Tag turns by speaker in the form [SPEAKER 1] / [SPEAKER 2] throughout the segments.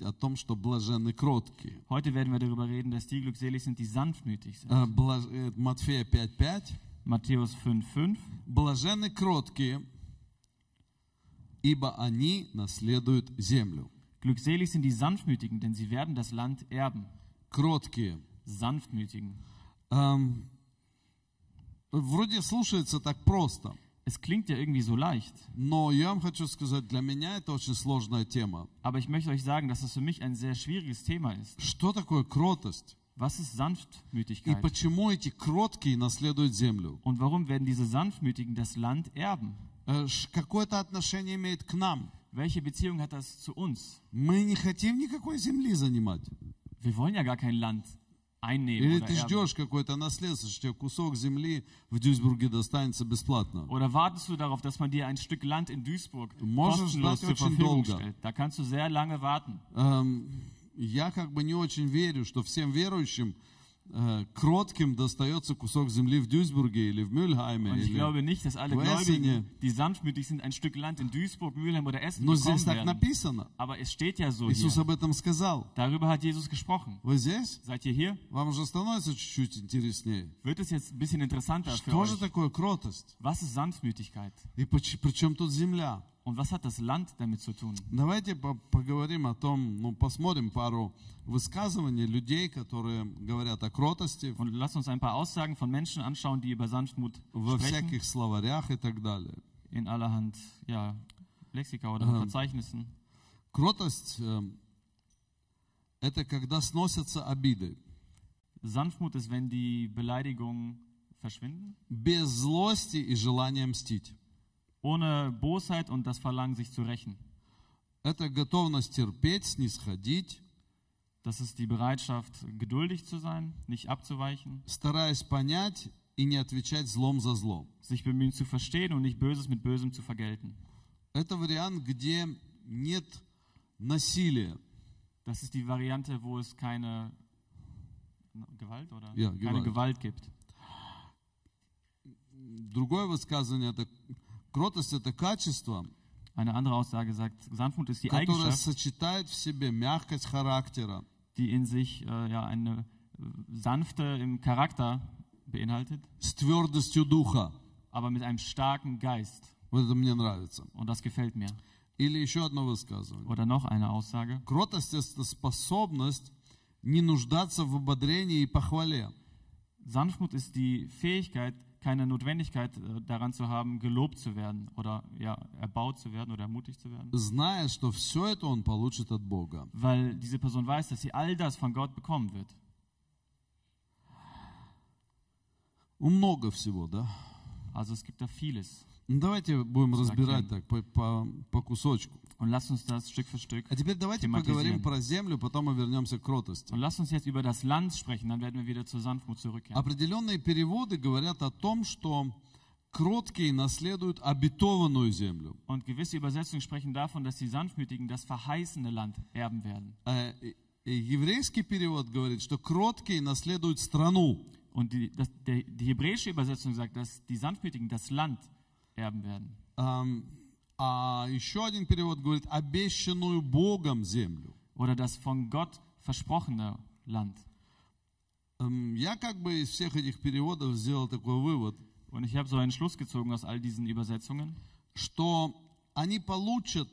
[SPEAKER 1] о том, что блаженны кроткие.
[SPEAKER 2] Heute werden wir darüber reden, dass die glückselig sind, die sanftmütig sind.
[SPEAKER 1] Э, блаж- э, Матфея 5.5.
[SPEAKER 2] Matthäus 5,5.
[SPEAKER 1] Блаженны кроткие, ибо они наследуют землю.
[SPEAKER 2] Glückselig sind die Sanftmütigen, denn sie werden das Land erben.
[SPEAKER 1] Кроткие.
[SPEAKER 2] Sanftmütigen.
[SPEAKER 1] Эм, вроде слушается так просто,
[SPEAKER 2] Es klingt ja irgendwie so leicht,
[SPEAKER 1] но я вам хочу сказать, для меня это очень сложная тема.
[SPEAKER 2] aber ich möchte euch sagen, dass das für mich ein sehr schwieriges Thema ist.
[SPEAKER 1] Что такое кротость?
[SPEAKER 2] Was ist
[SPEAKER 1] И
[SPEAKER 2] Sanftmütigkeit?
[SPEAKER 1] почему эти кроткие наследуют землю?
[SPEAKER 2] Und warum werden diese Sanftmütigen das Land erben?
[SPEAKER 1] Э, ш- Какое это отношение имеет к нам?
[SPEAKER 2] Welche Beziehung hat das zu uns?
[SPEAKER 1] Мы не хотим никакой земли занимать.
[SPEAKER 2] Wir wollen ja gar kein Land einnehmen
[SPEAKER 1] Или
[SPEAKER 2] oder,
[SPEAKER 1] ты
[SPEAKER 2] erben.
[SPEAKER 1] ждешь какое-то наследство, что тебе кусок земли в Дюйсбурге достанется бесплатно.
[SPEAKER 2] oder wartest du darauf, dass man dir ein Stück Land in Duisburg
[SPEAKER 1] Можешь
[SPEAKER 2] kostenlos
[SPEAKER 1] ждать
[SPEAKER 2] zur
[SPEAKER 1] очень
[SPEAKER 2] Verfügung
[SPEAKER 1] долго.
[SPEAKER 2] stellt? Da kannst du sehr lange warten.
[SPEAKER 1] Эм, я как бы не очень верю, что всем верующим э, кротким достается кусок земли в Дюйсбурге или в Мюльхайме.
[SPEAKER 2] Und ich
[SPEAKER 1] или-
[SPEAKER 2] glaube nicht, dass alle
[SPEAKER 1] Wo essen
[SPEAKER 2] Gläubigen,
[SPEAKER 1] die?
[SPEAKER 2] die sanftmütig sind, ein Stück Land in Duisburg, Mülheim oder Essen
[SPEAKER 1] Но здесь
[SPEAKER 2] bekommen
[SPEAKER 1] так
[SPEAKER 2] werden.
[SPEAKER 1] написано.
[SPEAKER 2] Aber es steht ja so
[SPEAKER 1] Иисус
[SPEAKER 2] hier.
[SPEAKER 1] об этом сказал.
[SPEAKER 2] Darüber hat Jesus gesprochen.
[SPEAKER 1] Вы здесь?
[SPEAKER 2] Seid ihr hier?
[SPEAKER 1] Вам уже становится чуть-чуть интереснее.
[SPEAKER 2] Wird es jetzt ein bisschen interessanter für
[SPEAKER 1] Что же
[SPEAKER 2] euch.
[SPEAKER 1] такое кротость?
[SPEAKER 2] Was ist Sanftmütigkeit?
[SPEAKER 1] И поч- при чем тут земля?
[SPEAKER 2] Und was hat das Land damit zu tun?
[SPEAKER 1] Давайте по- поговорим о том, ну, посмотрим пару высказываний людей, которые говорят о кротости
[SPEAKER 2] Und lasst uns ein paar Aussagen von Menschen anschauen, die über Sanftmut
[SPEAKER 1] во
[SPEAKER 2] sprechen.
[SPEAKER 1] всяких словарях и так далее.
[SPEAKER 2] In allerhand ja, Lexika oder
[SPEAKER 1] Ähm.
[SPEAKER 2] Verzeichnissen.
[SPEAKER 1] Кротость эм, это когда сносятся обиды.
[SPEAKER 2] Sanftmut ist, wenn die Beleidigungen verschwinden,
[SPEAKER 1] Без злости и желания мстить.
[SPEAKER 2] ohne Bosheit und das Verlangen, sich zu rächen.
[SPEAKER 1] Это готовность терпеть, снисходить,
[SPEAKER 2] Das ist die Bereitschaft, geduldig zu sein, nicht abzuweichen,
[SPEAKER 1] стараясь понять и не отвечать злом за зло.
[SPEAKER 2] sich bemühen zu verstehen und nicht Böses mit Bösem zu vergelten.
[SPEAKER 1] Это вариант, где нет насилия.
[SPEAKER 2] Das ist die Variante, wo es keine Gewalt oder
[SPEAKER 1] Ja,
[SPEAKER 2] keine
[SPEAKER 1] Gewalt.
[SPEAKER 2] Gewalt gibt.
[SPEAKER 1] Другое высказывание это кротость это качество,
[SPEAKER 2] Eine andere Aussage sagt, Sanftmut ist die
[SPEAKER 1] которое
[SPEAKER 2] Eigenschaft,
[SPEAKER 1] сочетает в себе mягкость характера,
[SPEAKER 2] die in sich äh, ja, eine äh, sanfte im Charakter beinhaltet,
[SPEAKER 1] с твердостью духа.
[SPEAKER 2] aber mit einem starken Geist.
[SPEAKER 1] Вот это мне нравится.
[SPEAKER 2] Und das gefällt mir.
[SPEAKER 1] Или еще одно высказывание.
[SPEAKER 2] Oder noch eine Aussage.
[SPEAKER 1] Кротость – это способность не нуждаться в ободрении и похвале.
[SPEAKER 2] Sanftmut ist die Fähigkeit, keine Notwendigkeit äh, daran zu haben, gelobt zu werden oder ja, erbaut zu werden oder ermutigt zu werden.
[SPEAKER 1] зная, что все это он получит от Бога.
[SPEAKER 2] Weil diese Person weiß, dass sie all das von Gott bekommen wird.
[SPEAKER 1] Ну, Много всего, да?
[SPEAKER 2] Also es gibt da vieles.
[SPEAKER 1] Ну, Давайте будем разбирать так по, по- по кусочку.
[SPEAKER 2] Und lasst uns das Stück für Stück.
[SPEAKER 1] А теперь давайте поговорим про землю, потом мы вернемся к кротости.
[SPEAKER 2] Und lasst uns jetzt über das Land sprechen, dann werden wir wieder zur Sanftmut zurückkehren.
[SPEAKER 1] Определенные переводы говорят о том, что кроткие наследуют обетованную землю.
[SPEAKER 2] Und gewisse Übersetzungen sprechen davon, dass die Sanftmütigen das verheißene Land erben werden.
[SPEAKER 1] Э, э, э, еврейский перевод говорит, что кроткие наследуют страну.
[SPEAKER 2] Und die, das, der, die hebräische Übersetzung sagt, dass die Sanftmütigen das Land erben werden.
[SPEAKER 1] Ам, Эм, а еще один перевод говорит обещанную Богом землю.
[SPEAKER 2] Oder das von Gott versprochene Land.
[SPEAKER 1] Эм, Я как бы из всех этих переводов сделал такой вывод,
[SPEAKER 2] Und ich habe so einen Schluss gezogen aus all diesen Übersetzungen,
[SPEAKER 1] что они получат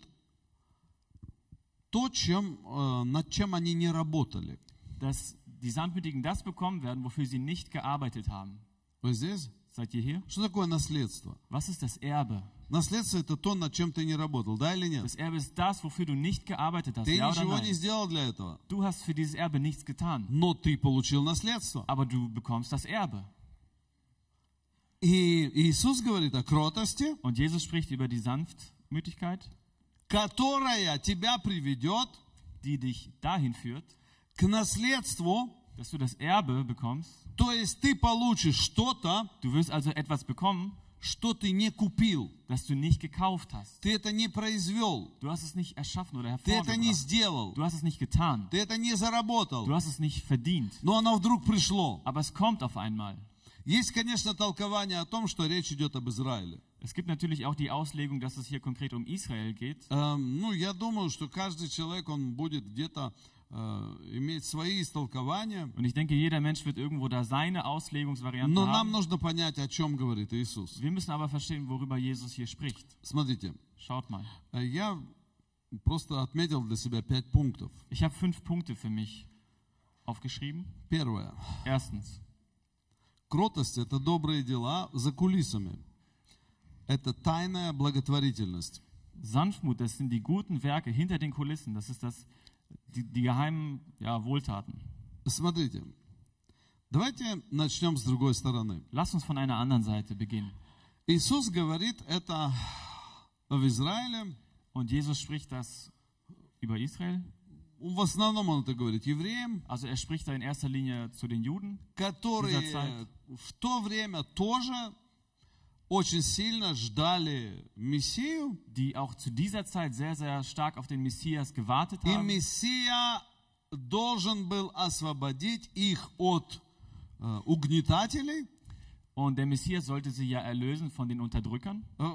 [SPEAKER 1] то, чем, э, над чем они не работали.
[SPEAKER 2] dass die Sanftmütigen das bekommen werden, wofür sie nicht gearbeitet haben.
[SPEAKER 1] Вы здесь?
[SPEAKER 2] Seid ihr hier?
[SPEAKER 1] Что такое наследство?
[SPEAKER 2] Was ist das Erbe?
[SPEAKER 1] Наследство это то, над чем ты не работал, да или нет?
[SPEAKER 2] Das Erbe ist das, wofür du nicht gearbeitet hast.
[SPEAKER 1] Ты
[SPEAKER 2] Ja oder
[SPEAKER 1] ничего не
[SPEAKER 2] nein?
[SPEAKER 1] сделал для этого,
[SPEAKER 2] Du hast für dieses Erbe nichts getan,
[SPEAKER 1] но ты получил наследство.
[SPEAKER 2] aber du bekommst das Erbe.
[SPEAKER 1] И Иисус говорит о кротости,
[SPEAKER 2] Und Jesus spricht über die Sanftmütigkeit,
[SPEAKER 1] которая тебя приведет
[SPEAKER 2] die dich dahin führt,
[SPEAKER 1] к наследству,
[SPEAKER 2] dass du das Erbe bekommst.
[SPEAKER 1] то есть ты получишь что-то,
[SPEAKER 2] Du wirst also etwas bekommen,
[SPEAKER 1] что ты не kупил,
[SPEAKER 2] das du nicht gekauft hast.
[SPEAKER 1] ты это не произвел,
[SPEAKER 2] Du hast es nicht erschaffen oder
[SPEAKER 1] ты это не
[SPEAKER 2] hervorgebracht.
[SPEAKER 1] сделал,
[SPEAKER 2] Du hast es nicht getan.
[SPEAKER 1] Ты это не заработал,
[SPEAKER 2] Du hast es nicht verdient.
[SPEAKER 1] но оно вдруг пришло.
[SPEAKER 2] Aber es kommt auf einmal.
[SPEAKER 1] Есть, конечно, толкование о том, что речь идет об Израиле.
[SPEAKER 2] Es gibt natürlich auch die Auslegung, dass es hier konkret um Israel geht.
[SPEAKER 1] Эм, Ну, я думаю, что каждый человек, он будет где-то э, иметь свои истолкования.
[SPEAKER 2] Und ich denke, jeder Mensch wird irgendwo da seine Auslegungsvariante
[SPEAKER 1] Но нам
[SPEAKER 2] haben.
[SPEAKER 1] нужно понять, о чем говорит Иисус.
[SPEAKER 2] Wir müssen aber verstehen, worüber Jesus hier spricht.
[SPEAKER 1] Смотрите,
[SPEAKER 2] Schaut mal.
[SPEAKER 1] э, я просто отметил для себя пять пунктов.
[SPEAKER 2] Ich habe fünf Punkte für mich aufgeschrieben.
[SPEAKER 1] Первое.
[SPEAKER 2] Erstens,
[SPEAKER 1] Кротость – это добрые дела за кулисами. Это тайная благотворительность.
[SPEAKER 2] Sanftmut, das sind die guten Werke hinter den Kulissen. Das ist das, die, die geheimen ja, Wohltaten.
[SPEAKER 1] Смотрите, давайте начнем с другой стороны.
[SPEAKER 2] Lass uns von einer anderen Seite beginnen.
[SPEAKER 1] Иисус говорит это в Израиле,
[SPEAKER 2] Und Jesus spricht das über Israel.
[SPEAKER 1] в основном он это говорит евреям,
[SPEAKER 2] Also er spricht da in erster Linie zu den Juden. Dieser
[SPEAKER 1] которые
[SPEAKER 2] Zeit.
[SPEAKER 1] в то время тоже очень сильно ждали Мессию,
[SPEAKER 2] die auch zu dieser Zeit sehr, sehr stark auf den Messias gewartet
[SPEAKER 1] и
[SPEAKER 2] haben.
[SPEAKER 1] Мессия должен был освободить их от э, угнетателей.
[SPEAKER 2] Und der Messias sollte sie ja erlösen von den Unterdrückern.
[SPEAKER 1] Э,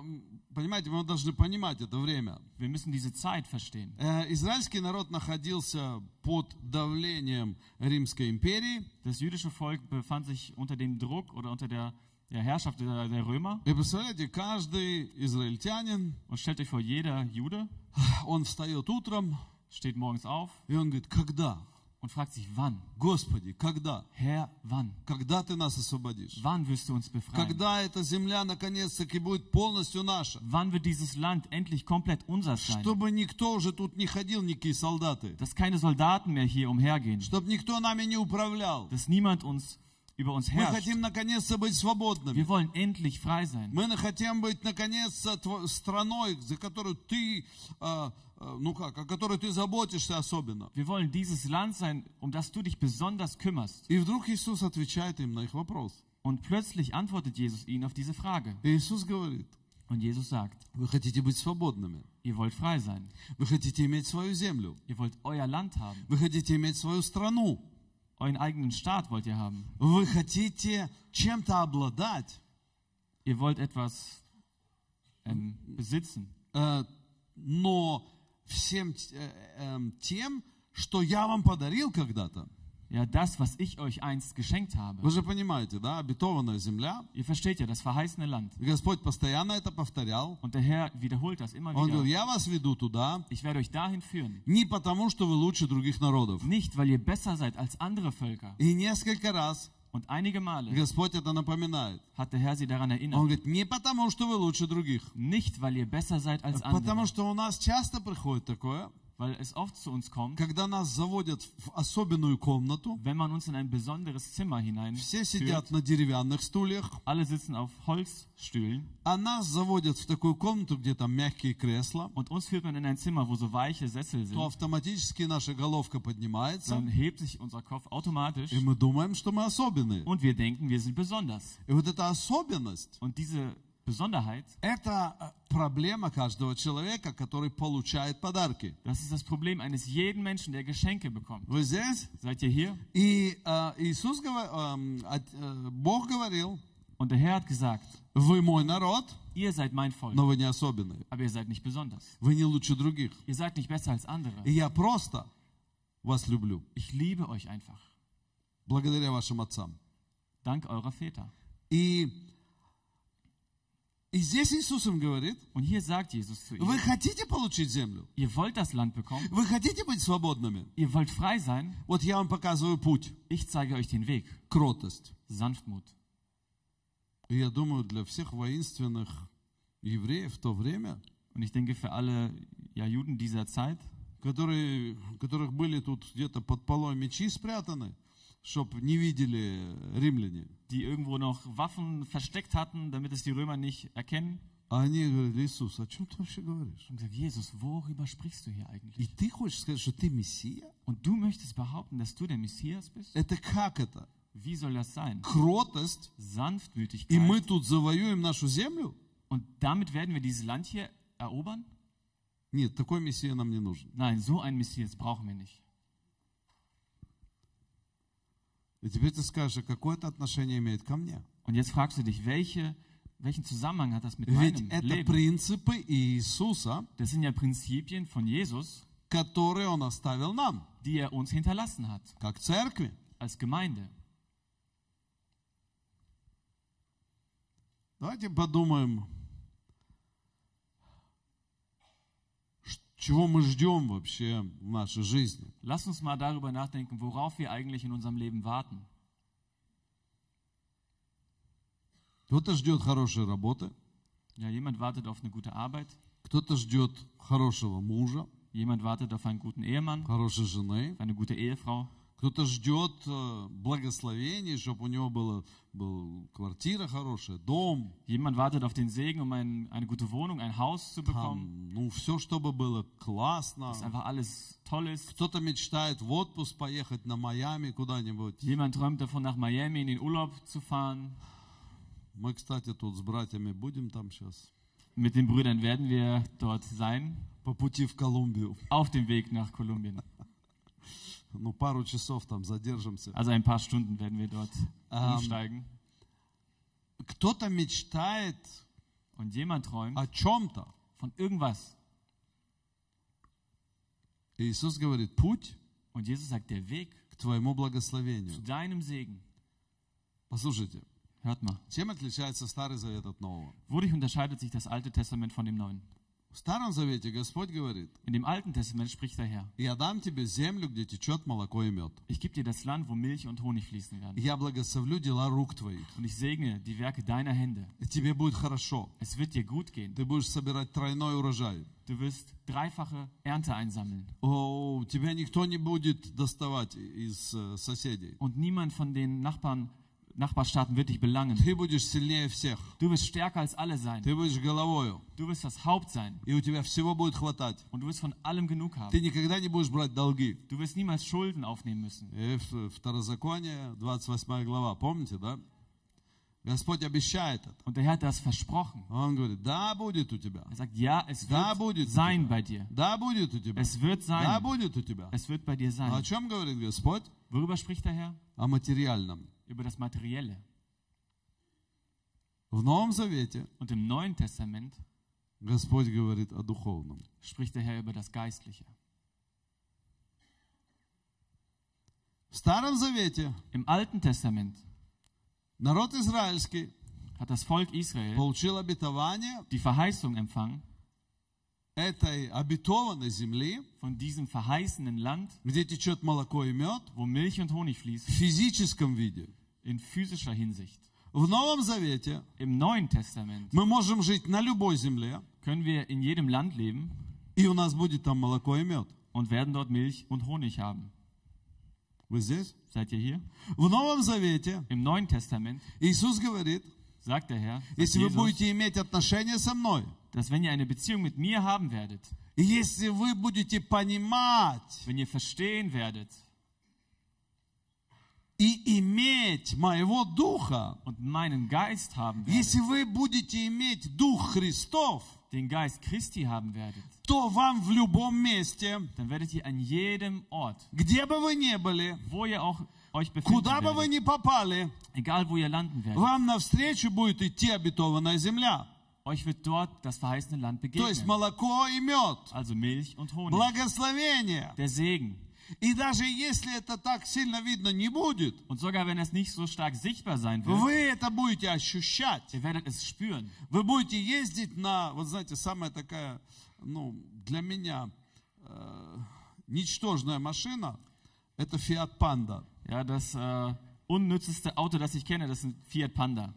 [SPEAKER 1] Понимаете, мы должны понимать это время.
[SPEAKER 2] Wir müssen diese Zeit verstehen.
[SPEAKER 1] Э, Израильский народ находился под давлением Римской империи.
[SPEAKER 2] Das jüdische Volk befand sich unter dem Druck oder unter der, der Herrschaft der, der Römer.
[SPEAKER 1] И представляете, каждый израильтянин,
[SPEAKER 2] Und stellt euch vor, jeder Jude
[SPEAKER 1] он встает утром,
[SPEAKER 2] steht morgens auf
[SPEAKER 1] и он говорит, когда?
[SPEAKER 2] und fragt sich, wann?
[SPEAKER 1] Господи, когда?
[SPEAKER 2] Herr, wann?
[SPEAKER 1] Когда ты нас освободишь?
[SPEAKER 2] Wann wirst du uns befreien?
[SPEAKER 1] Когда эта земля наконец-таки будет полностью наша?
[SPEAKER 2] Wann wird dieses Land endlich komplett unser sein?
[SPEAKER 1] Чтобы никто уже тут не ходил, никакие солдаты.
[SPEAKER 2] Dass keine Soldaten mehr hier umhergehen.
[SPEAKER 1] Чтобы никто нами не управлял.
[SPEAKER 2] Dass niemand uns über uns
[SPEAKER 1] Мы
[SPEAKER 2] herrscht.
[SPEAKER 1] хотим наконец-то быть свободными.
[SPEAKER 2] Wir wollen endlich frei sein.
[SPEAKER 1] Мы на- хотим быть наконец-то тво- страной, за которую ты, а, а, ну как, о которой ты заботишься особенно.
[SPEAKER 2] Wir wollen dieses Land sein, um das du dich besonders kümmerst.
[SPEAKER 1] И вдруг Иисус отвечает им на их вопрос.
[SPEAKER 2] Und plötzlich antwortet Jesus ihnen auf diese Frage.
[SPEAKER 1] И Иисус говорит,
[SPEAKER 2] Und Jesus sagt,
[SPEAKER 1] вы хотите быть свободными,
[SPEAKER 2] ihr wollt frei sein.
[SPEAKER 1] вы хотите иметь свою землю,
[SPEAKER 2] Ihr wollt euer Land haben.
[SPEAKER 1] вы хотите иметь свою страну,
[SPEAKER 2] Euren eigenen Staat wollt ihr haben.
[SPEAKER 1] вы хотите чем-то обладать.
[SPEAKER 2] Ihr wollt etwas ähm, besitzen.
[SPEAKER 1] Э, но всем т- э, эм, тем, что я вам подарил когда-то.
[SPEAKER 2] Ja, das, was ich euch einst geschenkt
[SPEAKER 1] Вы
[SPEAKER 2] habe.
[SPEAKER 1] же понимаете, да, обетованная земля.
[SPEAKER 2] Ihr versteht ja, das verheißene Land.
[SPEAKER 1] Господь постоянно это повторял.
[SPEAKER 2] Und der Herr wiederholt das immer
[SPEAKER 1] Он говорил,
[SPEAKER 2] wieder.
[SPEAKER 1] я вас веду туда
[SPEAKER 2] Ich werde euch dahin führen.
[SPEAKER 1] не потому, что вы лучше других народов.
[SPEAKER 2] Nicht, weil ihr besser seid als andere Völker.
[SPEAKER 1] И несколько раз
[SPEAKER 2] Und einige Male
[SPEAKER 1] Господь это напоминает.
[SPEAKER 2] hat der Herr sie daran
[SPEAKER 1] Он
[SPEAKER 2] erinnert.
[SPEAKER 1] говорит, не потому, что вы лучше других.
[SPEAKER 2] Nicht, weil ihr besser seid als andere.
[SPEAKER 1] Потому что у нас часто приходит такое,
[SPEAKER 2] weil es oft zu uns kommt,
[SPEAKER 1] когда нас заводят в особенную комнату,
[SPEAKER 2] wenn man uns in ein besonderes Zimmer
[SPEAKER 1] все
[SPEAKER 2] hineinführt.
[SPEAKER 1] сидят на деревянных стульях,
[SPEAKER 2] Alle sitzen auf Holzstühlen
[SPEAKER 1] а нас заводят в такую комнату, где там мягкие кресла,
[SPEAKER 2] und uns führt man in ein Zimmer, wo so weiche Sessel
[SPEAKER 1] то
[SPEAKER 2] sind.
[SPEAKER 1] автоматически наша головка поднимается,
[SPEAKER 2] Dann hebt sich unser Kopf automatisch
[SPEAKER 1] и мы думаем, что мы особенные.
[SPEAKER 2] und wir denken, wir sind besonders.
[SPEAKER 1] И вот эта особенность,
[SPEAKER 2] Und diese Besonderheit,
[SPEAKER 1] это э, проблема каждого человека, который получает подарки.
[SPEAKER 2] das ist das Problem eines jeden Menschen, der Geschenke bekommt.
[SPEAKER 1] Вы здесь?
[SPEAKER 2] Seid ihr hier?
[SPEAKER 1] И э, Иисус, гова- эм, от- э, Бог говорил,
[SPEAKER 2] Und der Herr hat gesagt,
[SPEAKER 1] вы мой народ,
[SPEAKER 2] ihr seid mein Volk,
[SPEAKER 1] но вы не особенные.
[SPEAKER 2] aber ihr seid nicht besonders.
[SPEAKER 1] Вы не лучше других.
[SPEAKER 2] Ihr seid nicht besser als andere.
[SPEAKER 1] И я просто вас люблю,
[SPEAKER 2] Ich liebe euch einfach.
[SPEAKER 1] благодаря вашим отцам.
[SPEAKER 2] Dank eurer Väter.
[SPEAKER 1] И, и здесь Иисус им говорит,
[SPEAKER 2] Und hier sagt Jesus zu
[SPEAKER 1] вы
[SPEAKER 2] ihnen,
[SPEAKER 1] хотите получить землю?
[SPEAKER 2] ihr wollt das Land bekommen,
[SPEAKER 1] Вы хотите быть свободными?
[SPEAKER 2] Ihr wollt frei sein,
[SPEAKER 1] Вот я вам показываю путь,
[SPEAKER 2] ich zeige euch den Weg.
[SPEAKER 1] кротость.
[SPEAKER 2] Sanftmut.
[SPEAKER 1] И я думаю, для всех воинственных евреев в то время,
[SPEAKER 2] Und ich denke, für alle ja, Juden dieser Zeit,
[SPEAKER 1] которые, которых были тут где-то под полой мечи спрятаны, чтобы не видели римляне,
[SPEAKER 2] die irgendwo noch Waffen versteckt hatten, damit es die Römer nicht erkennen,
[SPEAKER 1] а они говорили, Иисус, о чем ты вообще говоришь?
[SPEAKER 2] haben gesagt, Jesus, worüber sprichst du hier
[SPEAKER 1] И
[SPEAKER 2] eigentlich?
[SPEAKER 1] ты хочешь сказать, что ты Мессия?
[SPEAKER 2] Und du möchtest behaupten, dass du der Messias bist?
[SPEAKER 1] Это как это?
[SPEAKER 2] Wie soll das sein?
[SPEAKER 1] Кротость, и мы
[SPEAKER 2] Sanftmütigkeit.
[SPEAKER 1] тут завоюем нашу землю?
[SPEAKER 2] Und damit werden wir dieses Land hier erobern?
[SPEAKER 1] Нет, такой Мессия нам не нужен.
[SPEAKER 2] Nein, so einen Messias brauchen wir nicht.
[SPEAKER 1] И теперь ты скажешь, а какое это отношение имеет ко мне?
[SPEAKER 2] Und jetzt fragst du dich, welche, welchen Zusammenhang hat das mit
[SPEAKER 1] Ведь
[SPEAKER 2] meinem
[SPEAKER 1] это
[SPEAKER 2] Leben?
[SPEAKER 1] принципы Иисуса,
[SPEAKER 2] Das sind ja Prinzipien von Jesus,
[SPEAKER 1] которые Он оставил нам,
[SPEAKER 2] die er uns hinterlassen hat,
[SPEAKER 1] как церкви.
[SPEAKER 2] als Gemeinde.
[SPEAKER 1] Давайте подумаем, ш- чего мы ждем вообще в нашей жизни.
[SPEAKER 2] Lass uns mal darüber nachdenken, worauf wir eigentlich in unserem Leben warten.
[SPEAKER 1] Кто-то ждет хорошей работы,
[SPEAKER 2] Ja, jemand wartet auf eine gute Arbeit,
[SPEAKER 1] кто-то ждет хорошего мужа,
[SPEAKER 2] jemand wartet auf einen guten Ehemann,
[SPEAKER 1] хорошей жены,
[SPEAKER 2] auf eine gute Ehefrau.
[SPEAKER 1] кто-то ждет э, благословений, чтобы у него была был квартира хорошая, дом,
[SPEAKER 2] Jemand wartet auf den Segen, um ein, eine gute Wohnung, ein Haus zu bekommen,
[SPEAKER 1] там, ну, все, чтобы было
[SPEAKER 2] dass
[SPEAKER 1] классно.
[SPEAKER 2] einfach alles toll ist.
[SPEAKER 1] Кто-то мечтает в отпуск поехать на Майами куда-нибудь.
[SPEAKER 2] Jemand träumt davon, nach Miami in den Urlaub zu fahren.
[SPEAKER 1] Мы, кстати, тут с братьями будем там сейчас.
[SPEAKER 2] Mit den Brüdern werden wir dort sein,
[SPEAKER 1] По пути в Колумбию.
[SPEAKER 2] auf dem Weg nach Kolumbien.
[SPEAKER 1] Ну, пару часов там задержимся.
[SPEAKER 2] Also ein paar Stunden werden wir dort
[SPEAKER 1] Ähm.
[SPEAKER 2] umsteigen.
[SPEAKER 1] Кто-то мечтает
[SPEAKER 2] Und jemand träumt
[SPEAKER 1] о чем-то.
[SPEAKER 2] von irgendwas.
[SPEAKER 1] Иисус говорит, путь
[SPEAKER 2] Und Jesus sagt, der Weg
[SPEAKER 1] к твоему
[SPEAKER 2] zu
[SPEAKER 1] благословению.
[SPEAKER 2] deinem Segen.
[SPEAKER 1] Послушайте,
[SPEAKER 2] Hört mal.
[SPEAKER 1] чем отличается Старый Завет от Нового?
[SPEAKER 2] Wodurch unterscheidet sich das Alte Testament von dem Neuen?
[SPEAKER 1] В Старом Завете Господь говорит,
[SPEAKER 2] In dem Alten Testament spricht der Herr.
[SPEAKER 1] я дам тебе землю, где течет молоко и мед.
[SPEAKER 2] Ich gebe dir das Land, wo Milch und Honig fließen
[SPEAKER 1] И
[SPEAKER 2] werden.
[SPEAKER 1] Я благословлю дела рук твоих.
[SPEAKER 2] Und ich segne die Werke deiner Hände.
[SPEAKER 1] И тебе будет хорошо.
[SPEAKER 2] Es wird dir gut gehen.
[SPEAKER 1] Ты будешь собирать тройной урожай.
[SPEAKER 2] Du wirst dreifache Ernte einsammeln.
[SPEAKER 1] О, тебя никто не будет dostawać из э, соседей.
[SPEAKER 2] Und niemand von den Nachbarn, Nachbarstaaten wird dich belangen.
[SPEAKER 1] Ты будешь сильнее всех.
[SPEAKER 2] Du wirst stärker als alle sein.
[SPEAKER 1] Ты будешь головою.
[SPEAKER 2] Du wirst das Haupt sein.
[SPEAKER 1] И у тебя всего будет хватать.
[SPEAKER 2] Und du wirst von allem genug haben.
[SPEAKER 1] Ты никогда не будешь брать долги.
[SPEAKER 2] Du wirst niemals Schulden aufnehmen müssen.
[SPEAKER 1] Э, в- Второзаконие, 28 глава, помните, да? Господь обещает это.
[SPEAKER 2] Und der Herr hat das versprochen.
[SPEAKER 1] Он говорит, да, будет у тебя.
[SPEAKER 2] Er sagt, ja, es
[SPEAKER 1] Да, будет
[SPEAKER 2] wird
[SPEAKER 1] у
[SPEAKER 2] sein
[SPEAKER 1] тебя.
[SPEAKER 2] bei dir.
[SPEAKER 1] Да, будет у тебя.
[SPEAKER 2] Es wird
[SPEAKER 1] Да,
[SPEAKER 2] sein.
[SPEAKER 1] будет у тебя.
[SPEAKER 2] Es wird bei dir
[SPEAKER 1] А о
[SPEAKER 2] sein.
[SPEAKER 1] чем говорит Господь?
[SPEAKER 2] Worüber spricht der Herr?
[SPEAKER 1] О материальном.
[SPEAKER 2] Über das Materielle.
[SPEAKER 1] В Новом Завете
[SPEAKER 2] Und im Neuen Testament
[SPEAKER 1] Господь говорит о духовном.
[SPEAKER 2] spricht der Herr über das Geistliche.
[SPEAKER 1] В Старом Завете
[SPEAKER 2] Im Alten Testament
[SPEAKER 1] народ израильский
[SPEAKER 2] hat das Volk Israel
[SPEAKER 1] получил обетование
[SPEAKER 2] die Verheißung empfangen
[SPEAKER 1] этой обетованной земли,
[SPEAKER 2] von diesem verheißenen Land,
[SPEAKER 1] где течет молоко и мед,
[SPEAKER 2] wo Milch und Honig
[SPEAKER 1] в
[SPEAKER 2] fließt,
[SPEAKER 1] физическом виде.
[SPEAKER 2] in physischer Hinsicht.
[SPEAKER 1] В Новом Завете
[SPEAKER 2] Im Neuen Testament
[SPEAKER 1] мы можем жить на любой земле,
[SPEAKER 2] können wir in jedem Land leben
[SPEAKER 1] и у нас будет там молоко и мед.
[SPEAKER 2] und werden dort Milch und Honig haben.
[SPEAKER 1] Вы здесь?
[SPEAKER 2] Seid ihr hier?
[SPEAKER 1] В Новом Завете
[SPEAKER 2] Im Neuen Testament
[SPEAKER 1] Иисус говорит,
[SPEAKER 2] sagt der Herr, sagt
[SPEAKER 1] если вы
[SPEAKER 2] Jesus,
[SPEAKER 1] будете иметь отношения со мной,
[SPEAKER 2] dass wenn ihr eine Beziehung mit mir haben werdet,
[SPEAKER 1] и если вы будете понимать
[SPEAKER 2] wenn ihr verstehen werdet
[SPEAKER 1] и иметь моего Духа,
[SPEAKER 2] und meinen Geist haben werdet,
[SPEAKER 1] если вы будете иметь Дух Христов,
[SPEAKER 2] den Geist Christi haben werdet,
[SPEAKER 1] то вам в любом месте,
[SPEAKER 2] dann werdet ihr an jedem Ort,
[SPEAKER 1] где бы вы ни были,
[SPEAKER 2] wo ihr auch euch befindet,
[SPEAKER 1] куда бы вы
[SPEAKER 2] werdet,
[SPEAKER 1] ни попали,
[SPEAKER 2] egal wo ihr landen werdet,
[SPEAKER 1] вам навстречу будет идти обетованная земля.
[SPEAKER 2] euch wird dort das verheißene Land
[SPEAKER 1] То есть
[SPEAKER 2] begegnen.
[SPEAKER 1] молоко и мед,
[SPEAKER 2] Also Milch und Honig,
[SPEAKER 1] благословение.
[SPEAKER 2] der Segen.
[SPEAKER 1] И даже если это так сильно видно не будет,
[SPEAKER 2] Und sogar wenn es nicht so stark sichtbar sein wird,
[SPEAKER 1] вы это будете ощущать.
[SPEAKER 2] ihr werdet es spüren.
[SPEAKER 1] Вы будете ездить на, вот знаете, самая такая, ну, для меня э, ничтожная машина, это Fiat Panda.
[SPEAKER 2] Ja, das äh, unnützeste Auto, das ich kenne, das ist ein Fiat Panda.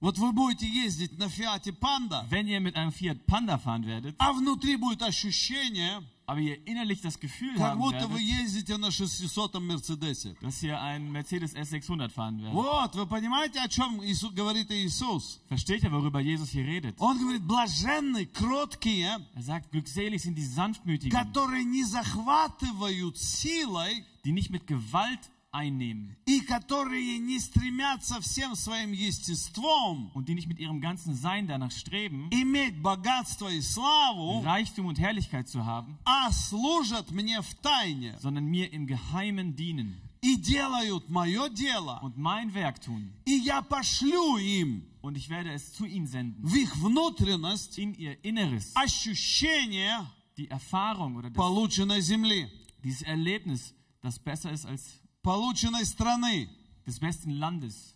[SPEAKER 1] Вот вы будете ездить на Fiat Panda,
[SPEAKER 2] Wenn ihr mit einem Fiat Panda fahren werdet,
[SPEAKER 1] а внутри будет ощущение,
[SPEAKER 2] aber ihr innerlich das Gefühl
[SPEAKER 1] как
[SPEAKER 2] haben
[SPEAKER 1] будто вы
[SPEAKER 2] werdet,
[SPEAKER 1] ездите на 600-м Мерседесе.
[SPEAKER 2] dass ihr einen Mercedes S600 fahren werdet.
[SPEAKER 1] Вот, вы понимаете, о чем Иисус, говорит Иисус?
[SPEAKER 2] Versteht ihr, worüber Jesus hier redet?
[SPEAKER 1] Он говорит, блаженны, кроткие,
[SPEAKER 2] Er sagt, glückselig sind die Sanftmütigen,
[SPEAKER 1] которые не захватывают силой
[SPEAKER 2] die nicht mit Gewalt einnehmen
[SPEAKER 1] и которые не стремятся всем своим естеством
[SPEAKER 2] und die nicht mit ihrem ganzen Sein danach streben,
[SPEAKER 1] иметь богатство и славу,
[SPEAKER 2] Reichtum und Herrlichkeit zu haben,
[SPEAKER 1] а служат мне в тайне.
[SPEAKER 2] sondern mir im Geheimen dienen.
[SPEAKER 1] и делают мое дело.
[SPEAKER 2] und mein Werk tun.
[SPEAKER 1] И я пошлю им
[SPEAKER 2] Und ich werde es zu ihnen senden.
[SPEAKER 1] в их внутренность
[SPEAKER 2] In ihr Inneres.
[SPEAKER 1] ощущение
[SPEAKER 2] Die Erfahrung oder das,
[SPEAKER 1] полученной земли,
[SPEAKER 2] dieses Erlebnis, das besser ist als
[SPEAKER 1] полученной страны.
[SPEAKER 2] des besten Landes,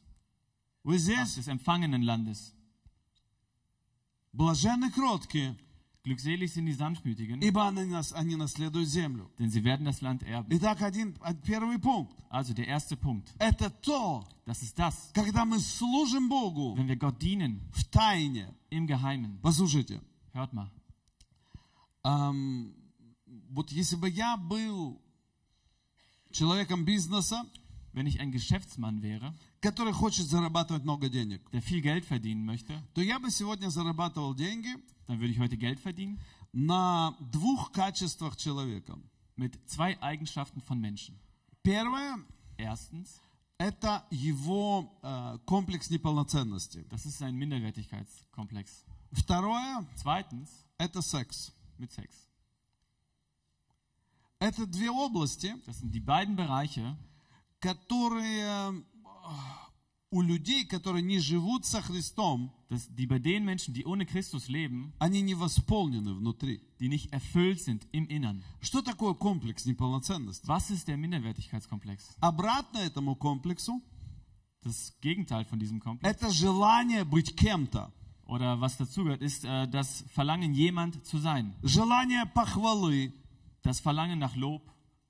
[SPEAKER 1] Вы здесь?
[SPEAKER 2] des empfangenen Landes.
[SPEAKER 1] Блаженны кроткие,
[SPEAKER 2] Glückselig sind die Sanftmütigen,
[SPEAKER 1] ибо они, нас, они наследуют землю.
[SPEAKER 2] denn sie werden das Land erben.
[SPEAKER 1] Итак, один, од- первый пункт.
[SPEAKER 2] Also der erste Punkt.
[SPEAKER 1] Это то,
[SPEAKER 2] Das ist das,
[SPEAKER 1] когда мы служим Богу
[SPEAKER 2] wenn wir Gott dienen,
[SPEAKER 1] в тайне.
[SPEAKER 2] im Geheimen.
[SPEAKER 1] Послушайте,
[SPEAKER 2] Hört mal.
[SPEAKER 1] ам, вот если бы я был человеком бизнеса,
[SPEAKER 2] Wenn ich ein Geschäftsmann wäre,
[SPEAKER 1] который хочет зарабатывать много денег,
[SPEAKER 2] der viel Geld verdienen möchte,
[SPEAKER 1] то я бы сегодня зарабатывал деньги
[SPEAKER 2] dann würde ich heute Geld verdienen
[SPEAKER 1] на двух качествах человека.
[SPEAKER 2] mit zwei Eigenschaften von Menschen.
[SPEAKER 1] Первое
[SPEAKER 2] Erstens,
[SPEAKER 1] – это его э, комплекс неполноценности.
[SPEAKER 2] das ist ein Minderwertigkeitskomplex.
[SPEAKER 1] Второе
[SPEAKER 2] Zweitens,
[SPEAKER 1] – это секс.
[SPEAKER 2] mit Sex.
[SPEAKER 1] Это две области,
[SPEAKER 2] Das sind die beiden Bereiche,
[SPEAKER 1] которые э, у людей, которые не живут со Христом,
[SPEAKER 2] dass die bei den Menschen, die ohne Christus leben,
[SPEAKER 1] они не восполнены внутри.
[SPEAKER 2] die nicht erfüllt sind im Innern.
[SPEAKER 1] Что такое комплекс неполноценности?
[SPEAKER 2] Was ist der Minderwertigkeitskomplex?
[SPEAKER 1] Обратно этому комплексу
[SPEAKER 2] Das Gegenteil von diesem Komplex.
[SPEAKER 1] это желание быть кем-то,
[SPEAKER 2] Oder was dazugehört, ist äh, das Verlangen, jemand zu sein.
[SPEAKER 1] желание похвалы,
[SPEAKER 2] Das Verlangen nach Lob,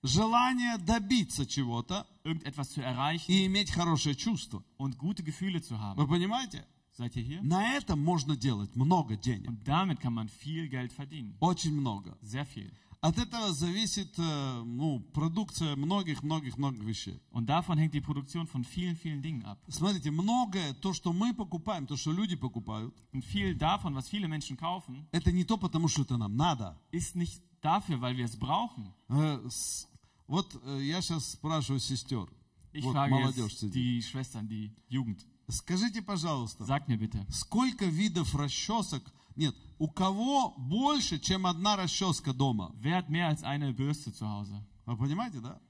[SPEAKER 1] желание добиться чего-то
[SPEAKER 2] irgendetwas zu erreichen
[SPEAKER 1] и иметь хорошее чувство.
[SPEAKER 2] und gute Gefühle zu haben.
[SPEAKER 1] Вы понимаете?
[SPEAKER 2] Seid ihr hier?
[SPEAKER 1] На этом можно делать много денег,
[SPEAKER 2] Und damit kann man viel Geld verdienen.
[SPEAKER 1] очень много.
[SPEAKER 2] Sehr viel.
[SPEAKER 1] От этого зависит э, ну, продукция многих-многих-многих вещей.
[SPEAKER 2] Und davon hängt die Produktion von vielen, vielen Dingen ab.
[SPEAKER 1] Смотрите, многое, то, что мы покупаем, то, что люди покупают,
[SPEAKER 2] Und viel davon, was viele Menschen kaufen,
[SPEAKER 1] это не то, потому что это нам надо.
[SPEAKER 2] ist nicht dafür, weil wir es brauchen.
[SPEAKER 1] Э, с- Вот э, я сейчас спрашиваю сестер,
[SPEAKER 2] Ich
[SPEAKER 1] вот
[SPEAKER 2] frage
[SPEAKER 1] молодежь
[SPEAKER 2] jetzt
[SPEAKER 1] сидит.
[SPEAKER 2] die Schwestern, die Jugend.
[SPEAKER 1] Скажите, пожалуйста,
[SPEAKER 2] Sagt mir bitte,
[SPEAKER 1] сколько видов расчесок? Нет, у кого больше, чем одна расческа дома?
[SPEAKER 2] wer hat mehr als eine Bürste zu Hause?
[SPEAKER 1] Вы понимаете, да?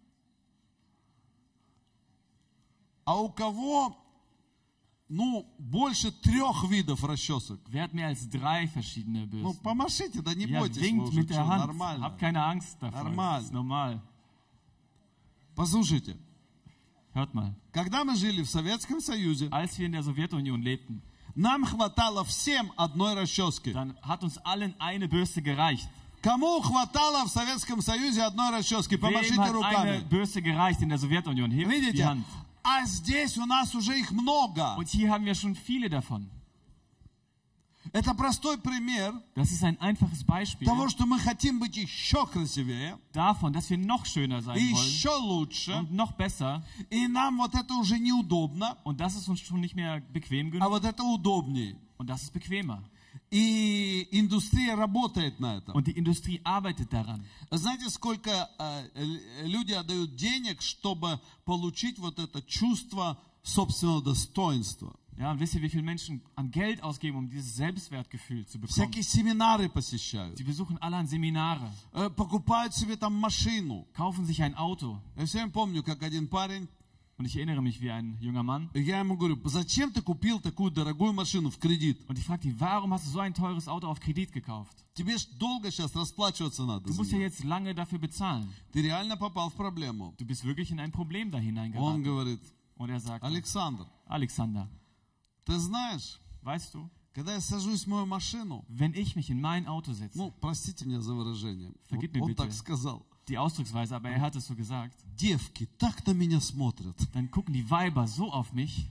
[SPEAKER 1] А у кого, ну, больше трех видов расчесок?
[SPEAKER 2] Wer hat mehr als drei verschiedene
[SPEAKER 1] Ну,
[SPEAKER 2] Bürsten?
[SPEAKER 1] помашите, да не
[SPEAKER 2] Ja,
[SPEAKER 1] бойтесь. вы
[SPEAKER 2] winkt
[SPEAKER 1] уже,
[SPEAKER 2] mit der
[SPEAKER 1] чё,
[SPEAKER 2] Hand.
[SPEAKER 1] нормально.
[SPEAKER 2] Hab keine Angst davor.
[SPEAKER 1] Normal.
[SPEAKER 2] Das ist normal.
[SPEAKER 1] Послушайте,
[SPEAKER 2] Hört mal.
[SPEAKER 1] когда мы жили в Советском Союзе,
[SPEAKER 2] Als wir in der Sowjetunion lebten,
[SPEAKER 1] нам хватало всем одной расчески.
[SPEAKER 2] dann hat uns allen eine Bürste gereicht.
[SPEAKER 1] Кому хватало в Советском Союзе одной расчески?
[SPEAKER 2] Wem
[SPEAKER 1] Помашите
[SPEAKER 2] hat eine
[SPEAKER 1] руками.
[SPEAKER 2] Bürste gereicht in der Sowjetunion? Hebt die
[SPEAKER 1] Видите?
[SPEAKER 2] Hand.
[SPEAKER 1] А здесь у нас уже их много.
[SPEAKER 2] Und hier haben wir schon viele davon.
[SPEAKER 1] Это простой пример
[SPEAKER 2] Das ist ein einfaches Beispiel
[SPEAKER 1] того, что мы хотим быть еще красивее,
[SPEAKER 2] davon, dass wir noch schöner sein
[SPEAKER 1] и
[SPEAKER 2] wollen
[SPEAKER 1] еще лучше,
[SPEAKER 2] und noch besser.
[SPEAKER 1] и нам вот это уже неудобно,
[SPEAKER 2] Und das ist uns schon nicht mehr bequem
[SPEAKER 1] а
[SPEAKER 2] genug.
[SPEAKER 1] вот это удобнее.
[SPEAKER 2] Und das ist bequemer.
[SPEAKER 1] И индустрия работает на этом.
[SPEAKER 2] Und die Industrie arbeitet daran.
[SPEAKER 1] Знаете, сколько э, л- люди отдают денег, чтобы получить вот это чувство собственного достоинства?
[SPEAKER 2] Ja, und wisst ihr, wie viele Menschen an Geld ausgeben, um dieses Selbstwertgefühl zu bekommen?
[SPEAKER 1] Всякие seminары посещают,
[SPEAKER 2] Sie besuchen alle an Seminare,
[SPEAKER 1] э, покупают себе там машину.
[SPEAKER 2] kaufen sich ein Auto.
[SPEAKER 1] Я все время помню, как один парень,
[SPEAKER 2] Und ich erinnere mich wie ein junger Mann.
[SPEAKER 1] и я ему говорю, зачем ты купил такую дорогую машину в кредит?
[SPEAKER 2] Und ich fragte ihn, warum hast du so ein teures Auto auf Kredit gekauft?
[SPEAKER 1] Тебе ж долго сейчас расплачиваться надо.
[SPEAKER 2] Du
[SPEAKER 1] за
[SPEAKER 2] musst ja
[SPEAKER 1] неё.
[SPEAKER 2] jetzt lange dafür bezahlen.
[SPEAKER 1] Ты реально попал в проблему.
[SPEAKER 2] Du bist wirklich in ein Problem da
[SPEAKER 1] Он
[SPEAKER 2] hineingeraten.
[SPEAKER 1] говорит,
[SPEAKER 2] Und er sagt,
[SPEAKER 1] Александр,
[SPEAKER 2] Alexander,
[SPEAKER 1] ты знаешь,
[SPEAKER 2] weißt du,
[SPEAKER 1] когда я сажусь в мою машину,
[SPEAKER 2] wenn ich mich in mein Auto setze,
[SPEAKER 1] ну, простите меня за выражение, вот
[SPEAKER 2] Forgive me,
[SPEAKER 1] он
[SPEAKER 2] bitte.
[SPEAKER 1] так сказал.
[SPEAKER 2] die Ausdrucksweise, aber er hat es so gesagt,
[SPEAKER 1] девки так на меня смотрят.
[SPEAKER 2] dann gucken die Weiber so auf mich.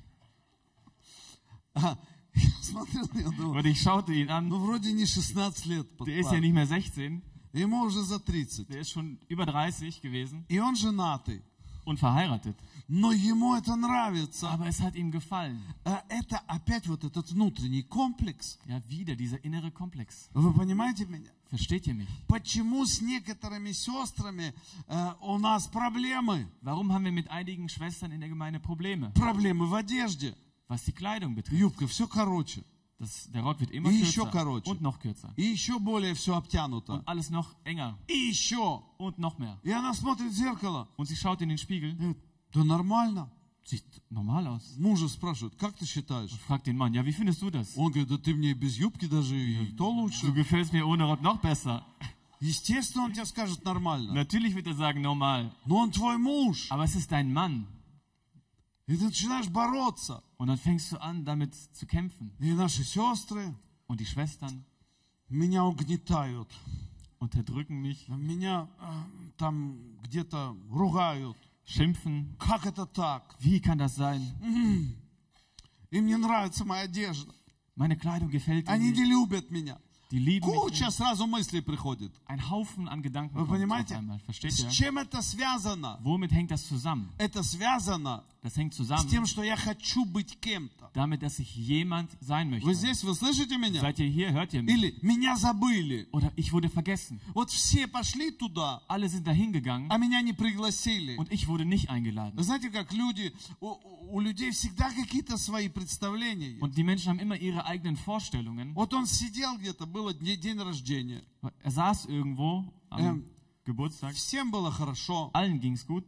[SPEAKER 1] А, я смотрел, я думал,
[SPEAKER 2] Und ich schaute ihn an,
[SPEAKER 1] ну вроде не 16 лет. под
[SPEAKER 2] der ist ja
[SPEAKER 1] парню.
[SPEAKER 2] nicht mehr 16,
[SPEAKER 1] Ему уже за 30.
[SPEAKER 2] der ist schon über 30 gewesen
[SPEAKER 1] И он женатый.
[SPEAKER 2] und verheiratet.
[SPEAKER 1] Но ему это нравится.
[SPEAKER 2] Aber es hat ihm gefallen.
[SPEAKER 1] А это опять вот этот внутренний комплекс.
[SPEAKER 2] Ja, wieder dieser innere Komplex.
[SPEAKER 1] Вы понимаете меня?
[SPEAKER 2] Versteht ihr mich?
[SPEAKER 1] Почему с некоторыми сестрами э, у нас проблемы?
[SPEAKER 2] Warum haben wir mit einigen Schwestern in der Gemeinde Probleme?
[SPEAKER 1] Проблемы в одежде.
[SPEAKER 2] Was die Kleidung betrifft.
[SPEAKER 1] Юбка все короче.
[SPEAKER 2] Das, der Rock wird immer
[SPEAKER 1] Еще
[SPEAKER 2] kürzer
[SPEAKER 1] короче.
[SPEAKER 2] und noch kürzer.
[SPEAKER 1] И еще более все обтянуто.
[SPEAKER 2] Und alles noch enger
[SPEAKER 1] И еще.
[SPEAKER 2] und noch mehr.
[SPEAKER 1] И она смотрит в зеркало.
[SPEAKER 2] Und sie schaut in den Spiegel.
[SPEAKER 1] Говорит, Да нормально.
[SPEAKER 2] Sieht normal aus.
[SPEAKER 1] Мужа спрашивают, как ты считаешь?
[SPEAKER 2] Und fragt den Mann, ja, wie findest du das?
[SPEAKER 1] Он говорит, да ты мне и без юбки даже и то
[SPEAKER 2] Du
[SPEAKER 1] лучше.
[SPEAKER 2] gefällst mir ohne Rock noch besser.
[SPEAKER 1] Естественно, он тебе скажет нормально.
[SPEAKER 2] Natürlich wird er sagen, normal.
[SPEAKER 1] Но он твой муж.
[SPEAKER 2] Aber es ist dein Mann.
[SPEAKER 1] И ты начинаешь бороться.
[SPEAKER 2] Und dann fängst du an, damit zu kämpfen.
[SPEAKER 1] И наши сестры
[SPEAKER 2] Und die Schwestern
[SPEAKER 1] меня угнетают.
[SPEAKER 2] unterdrücken mich,
[SPEAKER 1] Меня э, там где-то ругают.
[SPEAKER 2] schimpfen.
[SPEAKER 1] Как это так?
[SPEAKER 2] Wie kann das sein?
[SPEAKER 1] Им не нравится моя одежда.
[SPEAKER 2] Meine Kleidung gefällt dir
[SPEAKER 1] Они не
[SPEAKER 2] nicht.
[SPEAKER 1] любят меня.
[SPEAKER 2] Die lieben mich.
[SPEAKER 1] Куча
[SPEAKER 2] nicht.
[SPEAKER 1] сразу мыслей приходит.
[SPEAKER 2] Ein Haufen an Gedanken
[SPEAKER 1] Вы
[SPEAKER 2] kommt auf
[SPEAKER 1] понимаете,
[SPEAKER 2] einmal. Versteht
[SPEAKER 1] с
[SPEAKER 2] ihr?
[SPEAKER 1] чем это связано?
[SPEAKER 2] Womit hängt das zusammen?
[SPEAKER 1] Это связано
[SPEAKER 2] Das hängt
[SPEAKER 1] с тем,
[SPEAKER 2] zusammen
[SPEAKER 1] что я хочу быть кем-то.
[SPEAKER 2] damit, dass ich jemand sein
[SPEAKER 1] Вы
[SPEAKER 2] möchte.
[SPEAKER 1] здесь, вы слышите меня?
[SPEAKER 2] Seid ihr hier? Hört ihr mich?
[SPEAKER 1] Или меня забыли.
[SPEAKER 2] Oder ich wurde vergessen.
[SPEAKER 1] Вот все пошли туда,
[SPEAKER 2] Alle sind dahin gegangen
[SPEAKER 1] а меня не пригласили.
[SPEAKER 2] und ich wurde nicht eingeladen.
[SPEAKER 1] Вы знаете, как люди, у, у людей всегда какие-то свои представления. есть.
[SPEAKER 2] Und die Menschen haben immer ihre eigenen Vorstellungen.
[SPEAKER 1] Вот он сидел где-то, было дне- день рождения.
[SPEAKER 2] Er saß irgendwo am
[SPEAKER 1] Ähm.
[SPEAKER 2] Geburtstag.
[SPEAKER 1] Всем было хорошо,
[SPEAKER 2] Allen ging's gut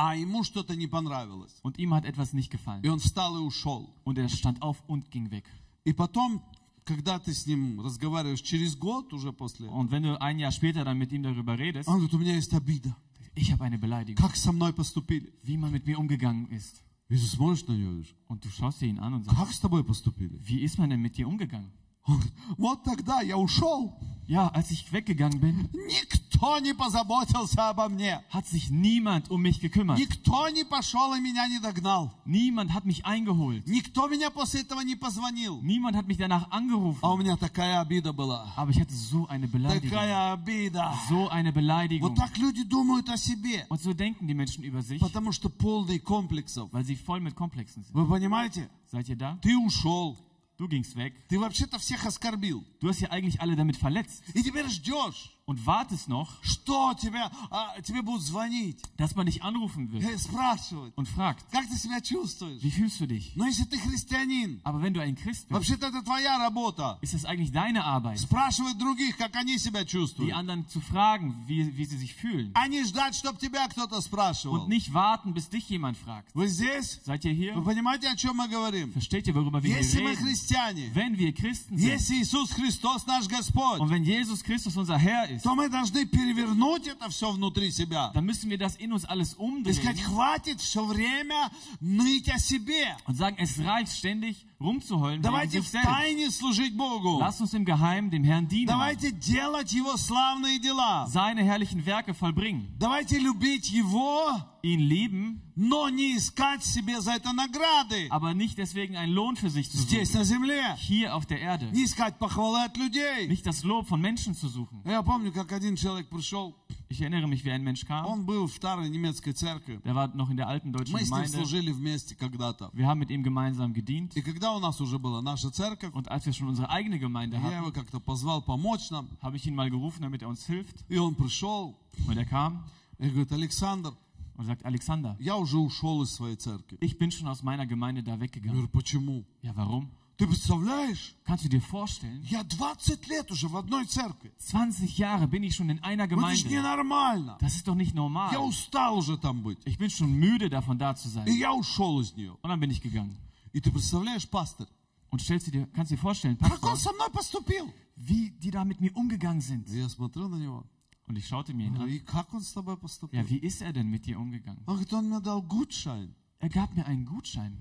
[SPEAKER 1] а ему что-то не понравилось.
[SPEAKER 2] und ihm hat etwas nicht
[SPEAKER 1] И
[SPEAKER 2] gefallen.
[SPEAKER 1] он встал и ушел.
[SPEAKER 2] Und er stand auf und ging weg.
[SPEAKER 1] И потом, когда ты с ним разговариваешь через год уже после, он
[SPEAKER 2] Und wenn du ein Jahr später dann mit ihm darüber redest,
[SPEAKER 1] говорит, у меня есть обида.
[SPEAKER 2] ich habe eine Beleidigung,
[SPEAKER 1] Как со мной поступили?
[SPEAKER 2] wie man mit mir umgegangen ist.
[SPEAKER 1] И ты смотришь на него и говоришь,
[SPEAKER 2] Und du schaust dir ihn an und sagst,
[SPEAKER 1] как с тобой поступили?
[SPEAKER 2] wie ist man denn mit dir umgegangen?
[SPEAKER 1] Он говорит, вот тогда я ушел,
[SPEAKER 2] Ja, als ich weggegangen bin,
[SPEAKER 1] никто не позаботился обо мне.
[SPEAKER 2] hat sich niemand um mich gekümmert.
[SPEAKER 1] Никто не пошел и меня не догнал.
[SPEAKER 2] Niemand hat mich eingeholt.
[SPEAKER 1] Никто меня после этого не позвонил.
[SPEAKER 2] Niemand hat mich danach
[SPEAKER 1] А у
[SPEAKER 2] angerufen.
[SPEAKER 1] меня такая обида была.
[SPEAKER 2] Aber ich hatte so eine Beleidigung.
[SPEAKER 1] Такая обида.
[SPEAKER 2] So eine Beleidigung.
[SPEAKER 1] Вот так люди думают о себе,
[SPEAKER 2] Und so denken die Menschen über sich,
[SPEAKER 1] потому что полный комплексов.
[SPEAKER 2] weil sie voll mit Komplexen sind.
[SPEAKER 1] Вы понимаете?
[SPEAKER 2] Seid ihr da?
[SPEAKER 1] Ты ушел,
[SPEAKER 2] Du gingst weg.
[SPEAKER 1] ты вообще-то всех оскорбил.
[SPEAKER 2] Du hast ja eigentlich alle damit verletzt
[SPEAKER 1] И теперь ждешь,
[SPEAKER 2] und wartest noch,
[SPEAKER 1] что тебя, а, тебе будут звонить,
[SPEAKER 2] dass man dich anrufen wird
[SPEAKER 1] э, спрашивать,
[SPEAKER 2] und fragt,
[SPEAKER 1] как ты себя чувствуешь.
[SPEAKER 2] wie fühlst du dich?
[SPEAKER 1] Но если ты христианин,
[SPEAKER 2] Aber wenn du ein Christ bist,
[SPEAKER 1] вообще-то это твоя работа.
[SPEAKER 2] ist es eigentlich deine Arbeit,
[SPEAKER 1] Спрашивать других, как они себя
[SPEAKER 2] die
[SPEAKER 1] чувствуют.
[SPEAKER 2] anderen zu fragen, wie, wie sie sich fühlen.
[SPEAKER 1] А не ждать, чтобы тебя кто-то
[SPEAKER 2] Und
[SPEAKER 1] спрашивал.
[SPEAKER 2] nicht warten, bis dich jemand fragt.
[SPEAKER 1] Вы здесь?
[SPEAKER 2] Seid ihr
[SPEAKER 1] Вы
[SPEAKER 2] hier?
[SPEAKER 1] понимаете, о чем мы говорим?
[SPEAKER 2] Versteht ihr, worüber wir
[SPEAKER 1] Если
[SPEAKER 2] hier
[SPEAKER 1] мы
[SPEAKER 2] reden?
[SPEAKER 1] христиане,
[SPEAKER 2] Wenn wir Christen sind
[SPEAKER 1] если Иисус Христос наш Господь,
[SPEAKER 2] und wenn Jesus Christus unser Herr ist,
[SPEAKER 1] то мы должны перевернуть это все внутри себя.
[SPEAKER 2] dann müssen wir das in uns alles
[SPEAKER 1] И сказать,
[SPEAKER 2] umdrehen
[SPEAKER 1] хватит все время ныть о себе.
[SPEAKER 2] und sagen, es reicht ständig rumzuheulen wegen
[SPEAKER 1] Давайте
[SPEAKER 2] sich
[SPEAKER 1] в
[SPEAKER 2] selbst.
[SPEAKER 1] тайне служить Богу.
[SPEAKER 2] Lass uns im Geheimen dem Herrn dienen,
[SPEAKER 1] Давайте делать Его славные дела.
[SPEAKER 2] seine herrlichen Werke vollbringen,
[SPEAKER 1] Давайте любить Его,
[SPEAKER 2] ihn lieben,
[SPEAKER 1] но не искать себе за это награды
[SPEAKER 2] aber nicht deswegen einen Lohn für sich zu
[SPEAKER 1] здесь,
[SPEAKER 2] suchen,
[SPEAKER 1] на земле.
[SPEAKER 2] hier auf der Erde,
[SPEAKER 1] Не искать похвалы от людей.
[SPEAKER 2] nicht das Lob von Menschen zu suchen.
[SPEAKER 1] Я помню, как один человек пришел,
[SPEAKER 2] Ich erinnere mich, wie ein Mensch kam,
[SPEAKER 1] он был в старой немецкой церкви.
[SPEAKER 2] der war noch in der alten deutschen
[SPEAKER 1] Мы с ним
[SPEAKER 2] Gemeinde,
[SPEAKER 1] служили вместе когда-то.
[SPEAKER 2] wir haben mit ihm gemeinsam gedient
[SPEAKER 1] И когда у нас уже была наша церковь,
[SPEAKER 2] und als wir schon unsere eigene Gemeinde
[SPEAKER 1] я
[SPEAKER 2] hatten,
[SPEAKER 1] его как-то позвал помочь нам,
[SPEAKER 2] habe ich ihn mal gerufen, damit er uns hilft
[SPEAKER 1] и он пришел
[SPEAKER 2] und er kam
[SPEAKER 1] и говорит, Александр,
[SPEAKER 2] und sagt, Alexander,
[SPEAKER 1] я уже ушел из своей церкви.
[SPEAKER 2] ich bin schon aus meiner Gemeinde da
[SPEAKER 1] Я
[SPEAKER 2] weggegangen.
[SPEAKER 1] говорю, почему?
[SPEAKER 2] Ja, warum?
[SPEAKER 1] Ты представляешь?
[SPEAKER 2] Kannst du dir vorstellen?
[SPEAKER 1] Я 20 лет уже в одной церкви.
[SPEAKER 2] 20 Jahre bin ich schon in einer
[SPEAKER 1] Ну, Это ж
[SPEAKER 2] Gemeinde.
[SPEAKER 1] ненормально.
[SPEAKER 2] Das ist doch nicht
[SPEAKER 1] Я
[SPEAKER 2] normal.
[SPEAKER 1] устал уже там быть.
[SPEAKER 2] Ich bin schon müde davon da zu
[SPEAKER 1] И
[SPEAKER 2] sein.
[SPEAKER 1] я ушел из нее.
[SPEAKER 2] Und dann bin ich gegangen.
[SPEAKER 1] И ты представляешь, пастор,
[SPEAKER 2] Und stellst du dir, kannst dir vorstellen,
[SPEAKER 1] как
[SPEAKER 2] Pastor,
[SPEAKER 1] он со мной поступил?
[SPEAKER 2] wie die da mit mir umgegangen sind.
[SPEAKER 1] Я смотрю на него.
[SPEAKER 2] Und ich schaute mir ihn
[SPEAKER 1] Говорю,
[SPEAKER 2] an.
[SPEAKER 1] и как он с тобой поступил?
[SPEAKER 2] Ja, wie ist er denn mit dir umgegangen?
[SPEAKER 1] Он говорит, он мне дал гудшайн
[SPEAKER 2] Er gab mir einen Gutschein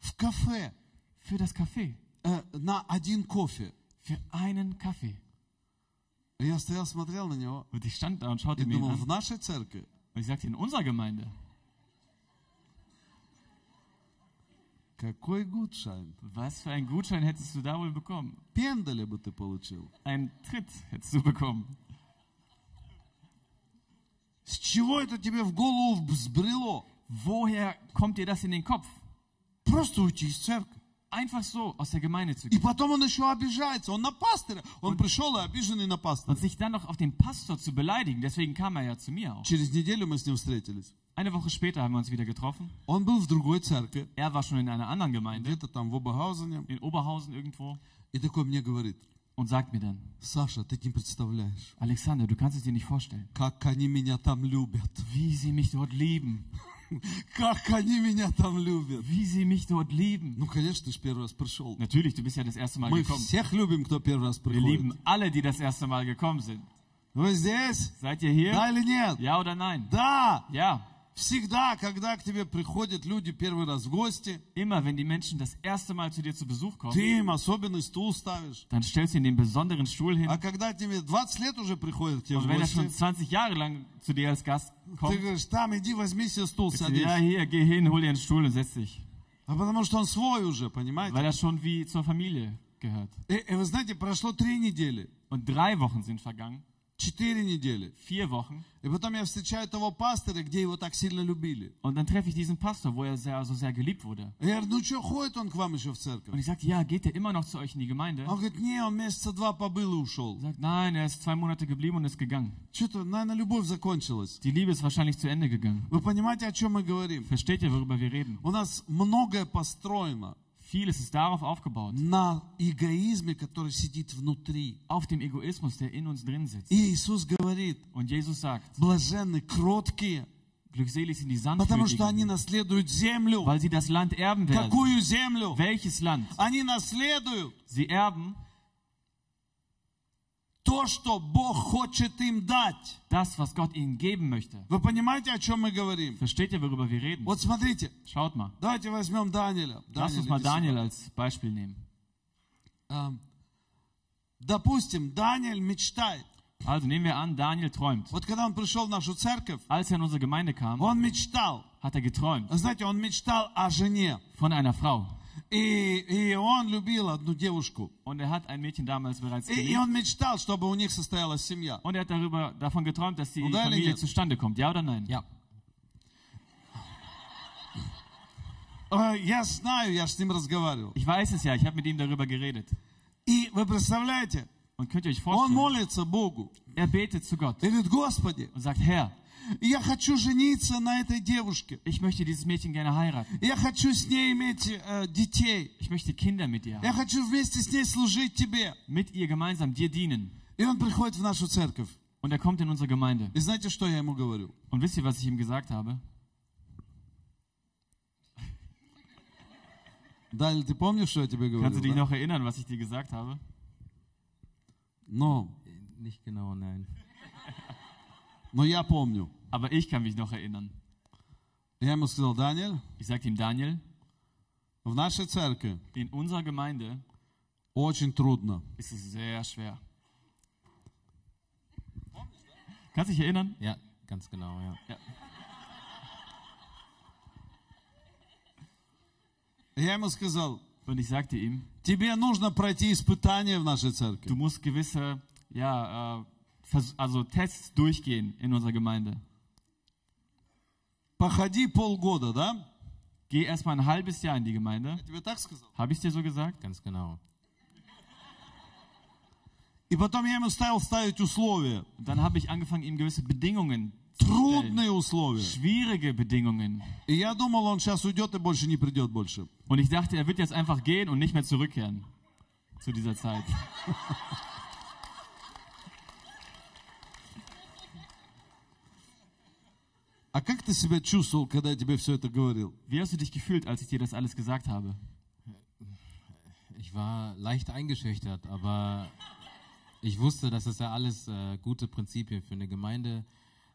[SPEAKER 1] в кафе
[SPEAKER 2] für das Café.
[SPEAKER 1] э, на один кофе.
[SPEAKER 2] Für einen Kaffee.
[SPEAKER 1] И Я стоял, смотрел на него
[SPEAKER 2] Und ich stand da und
[SPEAKER 1] и
[SPEAKER 2] schaute mir ihn
[SPEAKER 1] думал,
[SPEAKER 2] an.
[SPEAKER 1] в
[SPEAKER 2] Und
[SPEAKER 1] нашей церкви
[SPEAKER 2] ich sagte, in unserer Gemeinde,
[SPEAKER 1] какой гудшайн?
[SPEAKER 2] was für einen Gutschein hättest du da wohl bekommen?
[SPEAKER 1] Пендаля бы ты получил.
[SPEAKER 2] Einen Tritt hättest du bekommen.
[SPEAKER 1] С чего это тебе в голову взбрело?
[SPEAKER 2] Woher kommt dir das in den Kopf?
[SPEAKER 1] Просто уйти из церкви.
[SPEAKER 2] Einfach so aus der Gemeinde zu
[SPEAKER 1] И
[SPEAKER 2] gehen.
[SPEAKER 1] потом он еще обижается. Он на пастыря. Он пришел и обиженный на
[SPEAKER 2] Und
[SPEAKER 1] пастыря.
[SPEAKER 2] sich dann noch auf den Pastor zu beleidigen. Deswegen kam er ja zu mir auch.
[SPEAKER 1] Через неделю мы с ним встретились.
[SPEAKER 2] Eine Woche später haben wir uns wieder getroffen.
[SPEAKER 1] Он был в другой церкви,
[SPEAKER 2] Er war schon in einer anderen Gemeinde,
[SPEAKER 1] где-то там в Обагаузене.
[SPEAKER 2] in Oberhausen irgendwo,
[SPEAKER 1] И такой мне говорит,
[SPEAKER 2] und sagt mir dann,
[SPEAKER 1] Саша, ты не представляешь,
[SPEAKER 2] Alexander, du kannst es dir nicht vorstellen,
[SPEAKER 1] как они меня там любят.
[SPEAKER 2] wie sie mich dort lieben.
[SPEAKER 1] Как они меня там любят.
[SPEAKER 2] Wie sie mich dort lieben.
[SPEAKER 1] Ну, конечно, ты же первый раз пришел.
[SPEAKER 2] Natürlich, du bist ja das erste Mal
[SPEAKER 1] Мы
[SPEAKER 2] gekommen.
[SPEAKER 1] всех любим, кто первый раз
[SPEAKER 2] Wir
[SPEAKER 1] приходит.
[SPEAKER 2] lieben alle, die das erste Mal gekommen sind.
[SPEAKER 1] Вы здесь?
[SPEAKER 2] Seid ihr hier?
[SPEAKER 1] Да или нет?
[SPEAKER 2] Ja oder nein?
[SPEAKER 1] Да.
[SPEAKER 2] Ja.
[SPEAKER 1] Всегда, когда к тебе приходят люди первый раз в гости,
[SPEAKER 2] Immer wenn die Menschen das erste Mal zu dir zu Besuch kommen,
[SPEAKER 1] ты А им особенный стул ставишь.
[SPEAKER 2] dann stellst du ihnen den besonderen Stuhl hin.
[SPEAKER 1] А когда тебе 20 лет уже приходят к тебе в
[SPEAKER 2] Und wenn er schon
[SPEAKER 1] гости,
[SPEAKER 2] 20 Jahre lang zu dir als Gast
[SPEAKER 1] ты
[SPEAKER 2] kommt,
[SPEAKER 1] говоришь, там иди возьми себе стул,
[SPEAKER 2] sagst du, ja
[SPEAKER 1] садись.
[SPEAKER 2] hier, geh hin, hol dir einen Stuhl und setz dich.
[SPEAKER 1] А потому что он свой уже, понимаете?
[SPEAKER 2] Weil er schon wie zur Familie gehört.
[SPEAKER 1] И, и вы знаете, прошло три недели,
[SPEAKER 2] Und drei Wochen sind vergangen,
[SPEAKER 1] четыре недели.
[SPEAKER 2] vier Wochen.
[SPEAKER 1] И потом я встречаю того пастора, где его так сильно любили.
[SPEAKER 2] Und dann treffe ich diesen Pastor, wo er sehr, so sehr geliebt wurde.
[SPEAKER 1] Я говорю, ну что, ходит он к вам еще в
[SPEAKER 2] Und
[SPEAKER 1] церковь?
[SPEAKER 2] ich sagte, ja, geht er immer noch zu euch in die Gemeinde?
[SPEAKER 1] Он говорит, не, он месяца два побыл и ушел.
[SPEAKER 2] Er sagt, nein, er ist zwei Monate geblieben und ist gegangen.
[SPEAKER 1] Что-то, наверное, любовь закончилась.
[SPEAKER 2] Die Liebe ist wahrscheinlich zu Ende gegangen.
[SPEAKER 1] Вы понимаете, о чем мы говорим?
[SPEAKER 2] Versteht ihr, worüber wir reden?
[SPEAKER 1] У нас многое построено
[SPEAKER 2] Vieles ist darauf aufgebaut.
[SPEAKER 1] на эгоизме, который сидит внутри.
[SPEAKER 2] Auf dem Egoismus, der in uns drin sitzt.
[SPEAKER 1] И Иисус говорит,
[SPEAKER 2] Und Jesus sagt,
[SPEAKER 1] блаженны кроткие,
[SPEAKER 2] glückselig sind die
[SPEAKER 1] потому что они
[SPEAKER 2] Sanftmütigen,
[SPEAKER 1] наследуют землю.
[SPEAKER 2] weil sie das Land erben werden.
[SPEAKER 1] Какую землю?
[SPEAKER 2] Welches Land?
[SPEAKER 1] Они наследуют
[SPEAKER 2] Sie erben
[SPEAKER 1] то, что Бог хочет им дать.
[SPEAKER 2] das, was Gott ihnen geben möchte.
[SPEAKER 1] Вы понимаете, о чем мы говорим?
[SPEAKER 2] Versteht ihr, worüber wir reden?
[SPEAKER 1] Вот смотрите,
[SPEAKER 2] Schaut mal.
[SPEAKER 1] давайте возьмем Даниэля.
[SPEAKER 2] Lass
[SPEAKER 1] Даниэль,
[SPEAKER 2] uns
[SPEAKER 1] иди
[SPEAKER 2] mal
[SPEAKER 1] сюда.
[SPEAKER 2] Daniel als Beispiel nehmen.
[SPEAKER 1] Ам, Допустим, Даниэль мечтает.
[SPEAKER 2] Also nehmen wir an, Daniel träumt.
[SPEAKER 1] Вот когда он пришел в нашу церковь,
[SPEAKER 2] Als er in unsere Gemeinde kam,
[SPEAKER 1] он мечтал.
[SPEAKER 2] hat er geträumt
[SPEAKER 1] Знаете, он мечтал о жене.
[SPEAKER 2] von einer Frau.
[SPEAKER 1] И, и он любил одну девушку.
[SPEAKER 2] Und er hat ein Mädchen damals bereits
[SPEAKER 1] И, и
[SPEAKER 2] geliebt.
[SPEAKER 1] он мечтал, чтобы у них состоялась семья.
[SPEAKER 2] Und er hat darüber, davon geträumt, dass die
[SPEAKER 1] Oder
[SPEAKER 2] Familie
[SPEAKER 1] nicht?
[SPEAKER 2] zustande kommt. Ja oder nein?
[SPEAKER 1] Ja. Э, Я знаю, я ж с ним разговаривал.
[SPEAKER 2] Ich weiß es ja, ich habe mit ihm darüber geredet.
[SPEAKER 1] И вы представляете,
[SPEAKER 2] Und könnt ihr euch
[SPEAKER 1] он
[SPEAKER 2] vorstellen,
[SPEAKER 1] молится Богу
[SPEAKER 2] er betet zu Gott
[SPEAKER 1] и говорит, Господи,
[SPEAKER 2] und sagt, Herr,
[SPEAKER 1] я хочу жениться на этой девушке.
[SPEAKER 2] ich möchte dieses Mädchen gerne heiraten.
[SPEAKER 1] Я хочу с ней иметь э, детей.
[SPEAKER 2] Ich möchte Kinder mit ihr
[SPEAKER 1] Я
[SPEAKER 2] haben.
[SPEAKER 1] хочу вместе с ней служить Тебе.
[SPEAKER 2] Mit ihr gemeinsam dir dienen.
[SPEAKER 1] И он приходит в нашу церковь.
[SPEAKER 2] Und er kommt in unsere Gemeinde.
[SPEAKER 1] И знаете, что я ему говорю?
[SPEAKER 2] Und wisst ihr, was ich ihm gesagt habe?
[SPEAKER 1] Даль, ты помнишь, что я тебе говорю?
[SPEAKER 2] Kannst du dich
[SPEAKER 1] да?
[SPEAKER 2] noch erinnern, was ich dir gesagt habe?
[SPEAKER 1] Но,
[SPEAKER 3] Nicht genau, nein.
[SPEAKER 1] но я помню.
[SPEAKER 2] Aber ich kann mich noch erinnern.
[SPEAKER 1] Я ему сказал, Даниэль,
[SPEAKER 2] Ich sagte ihm, Daniel,
[SPEAKER 1] в нашей церкви
[SPEAKER 2] in unserer Gemeinde
[SPEAKER 1] очень трудно.
[SPEAKER 2] ist es sehr schwer. Kannst du dich erinnern?
[SPEAKER 3] Ja, ganz genau, ja.
[SPEAKER 1] Я ему сказал,
[SPEAKER 2] Und ich sagte ihm,
[SPEAKER 1] тебе нужно пройти испытание в нашей
[SPEAKER 2] du
[SPEAKER 1] церкви.
[SPEAKER 2] musst gewisse, ja, äh, Vers- also Tests durchgehen in unserer Gemeinde.
[SPEAKER 1] Походи полгода, да?
[SPEAKER 2] Geh erstmal ein halbes Jahr in die Gemeinde.
[SPEAKER 1] Я тебе так сказал.
[SPEAKER 2] Habe ich dir so gesagt?
[SPEAKER 3] Ganz genau.
[SPEAKER 1] И потом я ему стал ставить условия.
[SPEAKER 2] Und dann habe ich angefangen, ihm gewisse Bedingungen zu stellen.
[SPEAKER 1] Трудные условия.
[SPEAKER 2] Schwierige Bedingungen.
[SPEAKER 1] И я думал, он сейчас уйдет и больше не придет больше.
[SPEAKER 2] Und ich dachte, er wird jetzt einfach gehen und nicht mehr zurückkehren zu dieser Zeit.
[SPEAKER 1] А как ты себя чувствовал, когда я тебе все это говорил?
[SPEAKER 2] Wie hast du dich gefühlt, als ich dir das alles gesagt habe?
[SPEAKER 3] Ich war leicht eingeschüchtert, aber ich wusste, dass das ja alles äh, gute Prinzipien für eine Gemeinde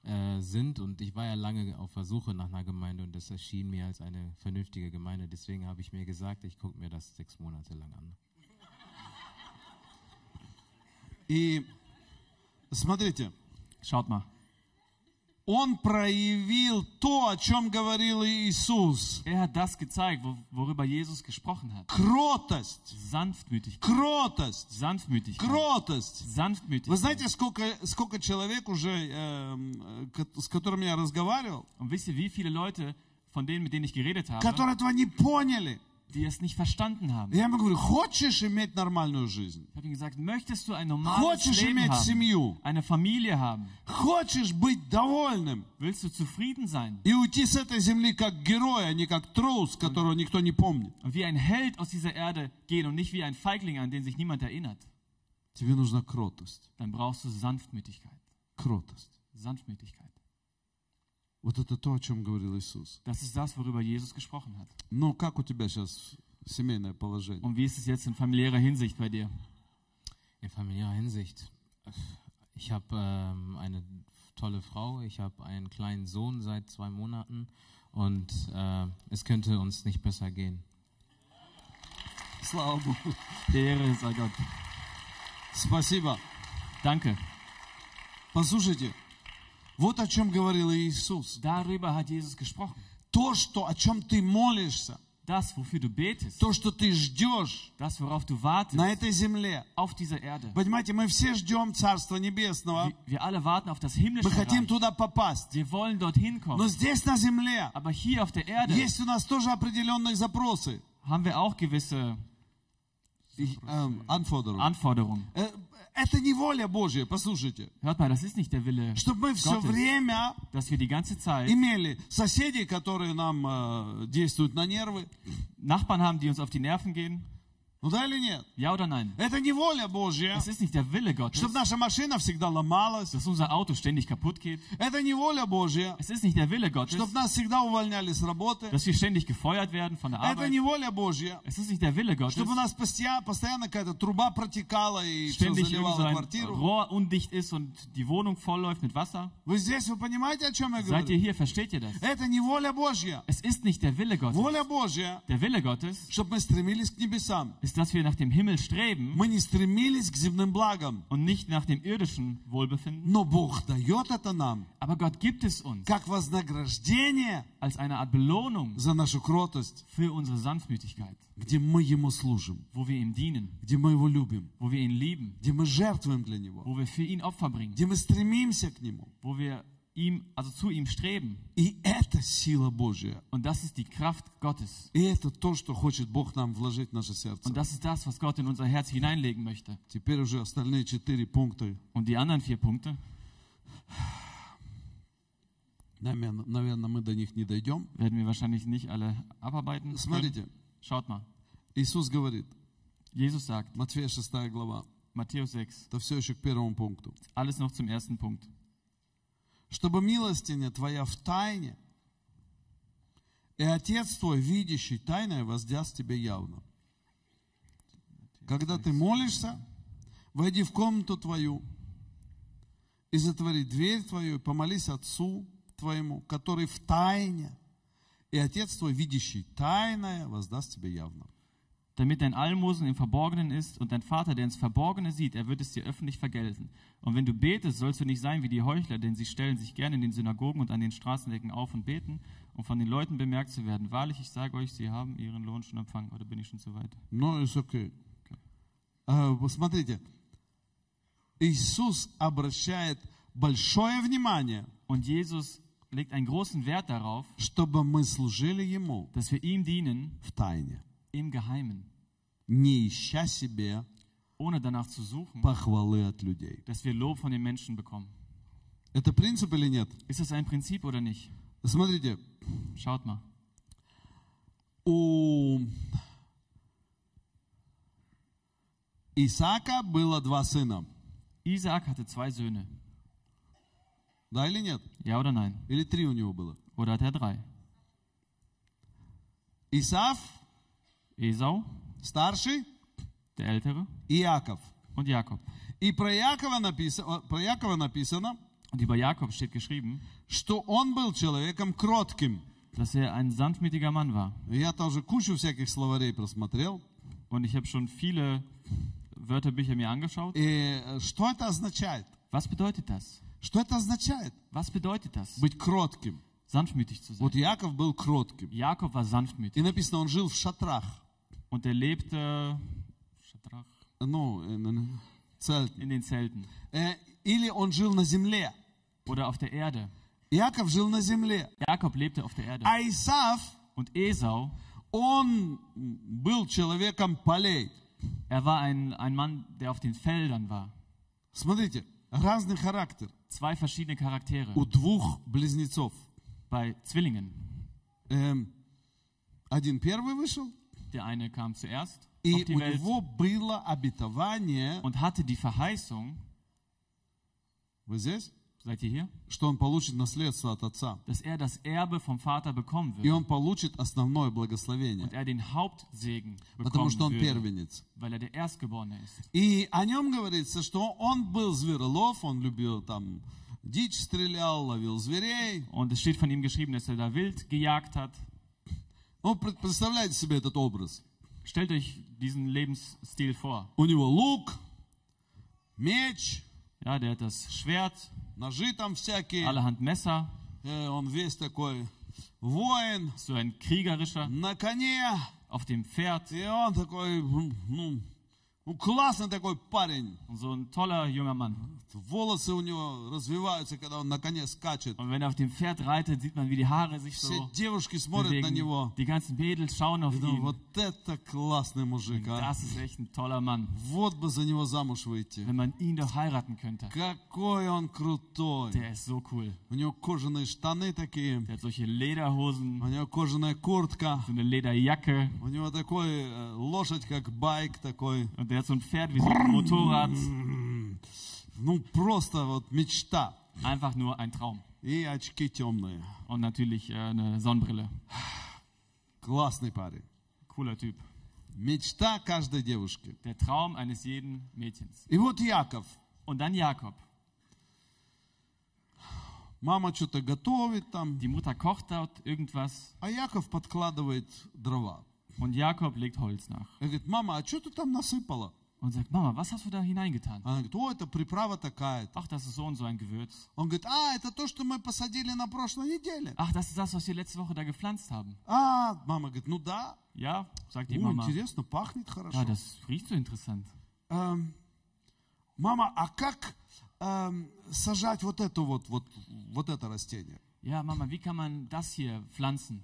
[SPEAKER 3] äh, sind und ich war ja lange auf der Suche nach einer Gemeinde und das erschien mir als eine vernünftige Gemeinde. Deswegen habe ich mir gesagt, ich gucke mir das sechs Monate lang an.
[SPEAKER 1] И смотрите,
[SPEAKER 2] Schaut mal.
[SPEAKER 1] он проявил то, о чем говорил Иисус.
[SPEAKER 2] Er hat das gezeigt, wo, worüber Jesus gesprochen hat.
[SPEAKER 1] Кротость,
[SPEAKER 2] Sanftmütigkeit.
[SPEAKER 1] кротость,
[SPEAKER 2] Sanftmütigkeit.
[SPEAKER 1] кротость. Вы
[SPEAKER 2] Sanftmütigkeit.
[SPEAKER 1] знаете, сколько, сколько человек уже, эм, э, ко- с которыми я разговаривал,
[SPEAKER 2] Und wisst ihr, wie viele Leute von denen, mit denen ich geredet habe,
[SPEAKER 1] которые этого не поняли.
[SPEAKER 2] die es nicht verstanden haben?
[SPEAKER 1] Я ему говорю, хочешь иметь нормальную жизнь?
[SPEAKER 2] Ich habe ihnen gesagt, möchtest du ein normales
[SPEAKER 1] Хочешь
[SPEAKER 2] Leben
[SPEAKER 1] иметь
[SPEAKER 2] haben?
[SPEAKER 1] семью?
[SPEAKER 2] Eine Familie haben?
[SPEAKER 1] Хочешь быть довольным?
[SPEAKER 2] Willst du zufrieden sein?
[SPEAKER 1] И уйти с этой земли как герой, а не как трус, которого никто не помнит.
[SPEAKER 2] Und wie ein Held aus dieser Erde gehen und nicht wie ein Feigling, an den sich niemand erinnert?
[SPEAKER 1] Тебе нужна кротость.
[SPEAKER 2] Dann brauchst du Sanftmütigkeit.
[SPEAKER 1] Кротость.
[SPEAKER 2] Sanftmütigkeit.
[SPEAKER 1] Вот это то, о чем говорил Иисус.
[SPEAKER 2] Das ist das, worüber Jesus gesprochen hat.
[SPEAKER 1] Ну, как у тебя сейчас семейное положение?
[SPEAKER 2] Und wie ist es jetzt in familiärer Hinsicht bei dir?
[SPEAKER 3] In familiärer Hinsicht. äh, Ich habe ähm, eine tolle Frau, ich habe einen kleinen Sohn seit zwei Monaten und äh, es könnte uns nicht besser gehen.
[SPEAKER 1] Слава Богу.
[SPEAKER 2] Ehre sei Gott.
[SPEAKER 1] Спасибо.
[SPEAKER 2] Danke.
[SPEAKER 1] Послушайте, вот о чем говорил Иисус.
[SPEAKER 2] Darüber hat Jesus gesprochen.
[SPEAKER 1] То, что, о чем ты молишься,
[SPEAKER 2] Das, wofür du betest,
[SPEAKER 1] то, что ты ждешь
[SPEAKER 2] das, worauf du wartest,
[SPEAKER 1] на этой земле.
[SPEAKER 2] auf dieser Erde.
[SPEAKER 1] Понимаете, мы все ждем Царства Небесного.
[SPEAKER 2] Wir, wir alle warten auf das
[SPEAKER 1] Мы
[SPEAKER 2] himmlische
[SPEAKER 1] хотим
[SPEAKER 2] Reich.
[SPEAKER 1] туда попасть.
[SPEAKER 2] Wir wollen dorthin
[SPEAKER 1] Но
[SPEAKER 2] kommen.
[SPEAKER 1] здесь, на земле,
[SPEAKER 2] Aber hier auf der Erde
[SPEAKER 1] есть у нас тоже определенные запросы.
[SPEAKER 2] haben wir auch gewisse
[SPEAKER 1] Ich, ähm, Anforderungen.
[SPEAKER 2] Anforderungen.
[SPEAKER 1] Э, Это не воля Божья, послушайте.
[SPEAKER 2] Hört mal, das ist nicht der Wille,
[SPEAKER 1] Чтобы мы все
[SPEAKER 2] Gottes.
[SPEAKER 1] время
[SPEAKER 2] dass wir die ganze Zeit
[SPEAKER 1] имели соседей, которые нам э, действуют на нервы.
[SPEAKER 2] Nachbarn haben, die uns auf die Nerven gehen.
[SPEAKER 1] Ну да или нет?
[SPEAKER 2] Ja oder nein?
[SPEAKER 1] Это не воля Божья.
[SPEAKER 2] Das ist nicht der Wille Gottes,
[SPEAKER 1] Чтобы наша машина всегда ломалась.
[SPEAKER 2] dass unser Auto ständig kaputt geht.
[SPEAKER 1] Это не воля Божья.
[SPEAKER 2] Es ist nicht der Wille
[SPEAKER 1] Чтобы
[SPEAKER 2] Gottes,
[SPEAKER 1] нас всегда увольняли с работы.
[SPEAKER 2] dass wir ständig gefeuert werden von der
[SPEAKER 1] Это
[SPEAKER 2] Arbeit.
[SPEAKER 1] не воля Божья.
[SPEAKER 2] Es ist nicht der Wille Gottes,
[SPEAKER 1] Чтобы у нас постоя- постоянно какая-то труба протекала и все
[SPEAKER 2] ständig irgend so
[SPEAKER 1] заливала
[SPEAKER 2] ein
[SPEAKER 1] квартиру.
[SPEAKER 2] Rohr undicht ist und die Wohnung vollläuft mit Wasser.
[SPEAKER 1] Вы здесь, вы понимаете, о чем я
[SPEAKER 2] Seid ihr
[SPEAKER 1] говорю?
[SPEAKER 2] hier? Versteht ihr das?
[SPEAKER 1] Это не воля Божья.
[SPEAKER 2] Es ist nicht der Wille Gottes.
[SPEAKER 1] Воля Божья,
[SPEAKER 2] Der Wille Gottes
[SPEAKER 1] чтобы мы стремились к небесам.
[SPEAKER 2] ist, dass wir nach dem Himmel streben
[SPEAKER 1] Мы не стремились к земным благам.
[SPEAKER 2] und nicht nach dem irdischen Wohlbefinden.
[SPEAKER 1] Но Бог дает это нам
[SPEAKER 2] Aber Gott gibt es uns
[SPEAKER 1] как вознаграждение
[SPEAKER 2] als eine Art Belohnung
[SPEAKER 1] за нашу кротость,
[SPEAKER 2] für unsere Sanftmütigkeit,
[SPEAKER 1] где мы Ему служим,
[SPEAKER 2] wo wir ihm dienen,
[SPEAKER 1] где мы Его любим,
[SPEAKER 2] wo wir ihn lieben,
[SPEAKER 1] где мы жертвуем для Него,
[SPEAKER 2] wo wir für ihn Opfer bringen,
[SPEAKER 1] где мы стремимся к Нему.
[SPEAKER 2] wo wir ihm, also zu ihm streben.
[SPEAKER 1] И это сила Божья.
[SPEAKER 2] Und das ist die Kraft Gottes.
[SPEAKER 1] И это то, что хочет Бог нам вложить в наше сердце.
[SPEAKER 2] Und das ist das, was Gott in unser Herz hineinlegen möchte.
[SPEAKER 1] Теперь уже остальные четыре пункта,
[SPEAKER 2] Und die anderen vier Punkte,
[SPEAKER 1] наверное, наверное, мы до них не дойдем.
[SPEAKER 2] werden wir wahrscheinlich nicht alle abarbeiten. Können.
[SPEAKER 1] Смотрите,
[SPEAKER 2] Schaut mal.
[SPEAKER 1] Иисус говорит,
[SPEAKER 2] Jesus sagt,
[SPEAKER 1] Матфея 6 глава,
[SPEAKER 2] Matthäus 6,
[SPEAKER 1] это все еще к первому пункту.
[SPEAKER 2] alles noch zum ersten Punkt.
[SPEAKER 1] Чтобы милостиня твоя в тайне, и Отец твой, видящий тайное, воздаст тебе явно. Когда ты молишься, войди в комнату твою и затвори дверь твою, и помолись Отцу твоему, который в тайне, и Отец твой, видящий тайное, воздаст тебе явно.
[SPEAKER 2] damit dein Almosen im Verborgenen ist und dein Vater, der ins Verborgene sieht, er wird es dir öffentlich vergelten. Und wenn du betest, sollst du nicht sein wie die Heuchler, denn sie stellen sich gerne in den Synagogen und an den Straßenecken auf und beten, um von den Leuten bemerkt zu werden. Wahrlich, ich sage euch, sie haben ihren Lohn schon empfangen. Oder bin ich schon zu weit?
[SPEAKER 1] No, Ну, it's okay. А, Посмотрите, Иисус обращает большое внимание,
[SPEAKER 2] Und Jesus legt einen großen Wert darauf,
[SPEAKER 1] чтобы мы служили Ему
[SPEAKER 2] dass wir ihm dienen
[SPEAKER 1] в тайне,
[SPEAKER 2] im Geheimen,
[SPEAKER 1] не ища себе
[SPEAKER 2] ohne danach zu suchen,
[SPEAKER 1] похвалы от людей.
[SPEAKER 2] dass wir Lob von den Menschen bekommen.
[SPEAKER 1] Это принцип или нет?
[SPEAKER 2] Ist das ein Prinzip oder nicht?
[SPEAKER 1] Смотрите,
[SPEAKER 2] Schaut mal.
[SPEAKER 1] у Исаака было два сына,
[SPEAKER 2] Isaac hatte zwei Söhne.
[SPEAKER 1] да или нет?
[SPEAKER 2] Ja oder nein?
[SPEAKER 1] Или три у него было?
[SPEAKER 2] Oder hat er drei?
[SPEAKER 1] Исаф,
[SPEAKER 2] Esau,
[SPEAKER 1] старший,
[SPEAKER 2] der Ältere,
[SPEAKER 1] и Яков.
[SPEAKER 2] und Jakob.
[SPEAKER 1] И про Якова написано, про Якова написано
[SPEAKER 2] Und über Jakob steht geschrieben,
[SPEAKER 1] что он был человеком кротким.
[SPEAKER 2] dass er ein sanftmütiger Mann war.
[SPEAKER 1] Я тоже кучу всяких словарей просмотрел.
[SPEAKER 2] Und ich habe schon viele Wörterbücher mir angeschaut.
[SPEAKER 1] И э, что это означает?
[SPEAKER 2] Was bedeutet das?
[SPEAKER 1] Что это означает?
[SPEAKER 2] Was bedeutet das?
[SPEAKER 1] Быть кротким.
[SPEAKER 2] Sanftmütig zu sein.
[SPEAKER 1] Вот Яков был кротким.
[SPEAKER 2] Jakob war
[SPEAKER 1] И
[SPEAKER 2] sanftmütig
[SPEAKER 1] написано, он жил в шатрах.
[SPEAKER 2] und er lebte Schadrach,
[SPEAKER 1] Ну, э, н- н- цельт-
[SPEAKER 2] in den Zelten
[SPEAKER 1] Э, Или он жил на земле.
[SPEAKER 2] oder auf der Erde.
[SPEAKER 1] Яков жил на земле.
[SPEAKER 2] Jakob lebte auf der Erde.
[SPEAKER 1] А Исав,
[SPEAKER 2] Und Esau,
[SPEAKER 1] он был человеком полей.
[SPEAKER 2] er war ein, ein Mann, der auf den Feldern war.
[SPEAKER 1] Смотрите, разный характер
[SPEAKER 2] Zwei verschiedene Charaktere
[SPEAKER 1] у двух близнецов.
[SPEAKER 2] bei Zwillingen.
[SPEAKER 1] Эм, один первый вышел,
[SPEAKER 2] Der eine kam zuerst auf
[SPEAKER 1] И
[SPEAKER 2] die
[SPEAKER 1] у
[SPEAKER 2] Welt
[SPEAKER 1] него было обетование.
[SPEAKER 2] und hatte die Verheißung,
[SPEAKER 1] Вы здесь?
[SPEAKER 2] Seid ihr hier?
[SPEAKER 1] что он получит наследство от отца.
[SPEAKER 2] Dass er das Erbe vom Vater bekommen
[SPEAKER 1] И
[SPEAKER 2] würde.
[SPEAKER 1] он получит основное благословение,
[SPEAKER 2] Und er den Hauptsegen
[SPEAKER 1] потому
[SPEAKER 2] bekommen
[SPEAKER 1] что он
[SPEAKER 2] würde,
[SPEAKER 1] первенец.
[SPEAKER 2] weil er der Erstgeborene ist.
[SPEAKER 1] И о нем говорится, что он был зверолов, он любил там дичь стрелял, ловил зверей.
[SPEAKER 2] Und es steht von ihm geschrieben, dass er da wild gejagt hat.
[SPEAKER 1] Ну, пред- представляете себе этот образ.
[SPEAKER 2] Stellt euch diesen Lebensstil vor.
[SPEAKER 1] У него лук, меч,
[SPEAKER 2] Ja, der hat das Schwert,
[SPEAKER 1] ножи там всякие.
[SPEAKER 2] allerhand Messer,
[SPEAKER 1] Э, Он весь такой воин
[SPEAKER 2] so ein kriegerischer,
[SPEAKER 1] на коне.
[SPEAKER 2] auf dem Pferd
[SPEAKER 1] И он такой, м, ну, ну, классный такой парень.
[SPEAKER 2] und so ein toller junger Mann.
[SPEAKER 1] Волосы у него развиваются, когда он на коне скачет.
[SPEAKER 2] Und wenn er auf dem Pferd reitet, sieht man, wie die Haare sich
[SPEAKER 1] Все
[SPEAKER 2] so
[SPEAKER 1] девушки смотрят на него.
[SPEAKER 2] bewegen. Die ganzen Mädels schauen auf
[SPEAKER 1] Я думаю,
[SPEAKER 2] ihn.
[SPEAKER 1] вот это классный мужик, а.
[SPEAKER 2] Das ist echt ein toller Mann.
[SPEAKER 1] Вот бы за него замуж выйти.
[SPEAKER 2] Wenn man ihn doch heiraten könnte.
[SPEAKER 1] Какой он крутой.
[SPEAKER 2] Der ist so cool.
[SPEAKER 1] У него kожаные штаны такие,
[SPEAKER 2] Der hat solche Lederhosen,
[SPEAKER 1] у него kожаная куртка,
[SPEAKER 2] so eine Lederjacke
[SPEAKER 1] у него такой э, лошадь, как байк такой.
[SPEAKER 2] und der hat so ein Pferd wie so ein Motorrad.
[SPEAKER 1] Ну, просто вот мечта.
[SPEAKER 2] Einfach nur ein Traum.
[SPEAKER 1] И очки темные.
[SPEAKER 2] Und natürlich äh, eine Sonnenbrille.
[SPEAKER 1] Классный парень.
[SPEAKER 2] Cooler Typ.
[SPEAKER 1] Мечта каждой девушки.
[SPEAKER 2] Der Traum eines jeden Mädchens.
[SPEAKER 1] И вот Яков.
[SPEAKER 2] Und dann Jakob.
[SPEAKER 1] Мама что-то готовит там,
[SPEAKER 2] Die Mutter kocht dort irgendwas
[SPEAKER 1] а Яков подкладывает дрова.
[SPEAKER 2] und Jakob legt Holz nach.
[SPEAKER 1] Я говорит, мама, а что ты там насыпала?
[SPEAKER 2] Und sagt, Mama, was hast du da hineingetan?
[SPEAKER 1] Она говорит, о, это приправа такая.
[SPEAKER 2] Ach, das ist so und so ein Gewürz.
[SPEAKER 1] Он говорит, а, это то, что мы посадили на прошлой неделе.
[SPEAKER 2] Ach, das ist das, was wir letzte Woche da gepflanzt haben.
[SPEAKER 1] А, мама говорит, ну да.
[SPEAKER 2] Ja, sagt die
[SPEAKER 1] О,
[SPEAKER 2] Mama.
[SPEAKER 1] интересно, пахнет хорошо.
[SPEAKER 2] Ja, das riecht so interessant.
[SPEAKER 1] Эм, мама, а как эм, сажать вот это вот, вот, вот это растение?
[SPEAKER 2] Ja, Mama, wie kann man das hier pflanzen?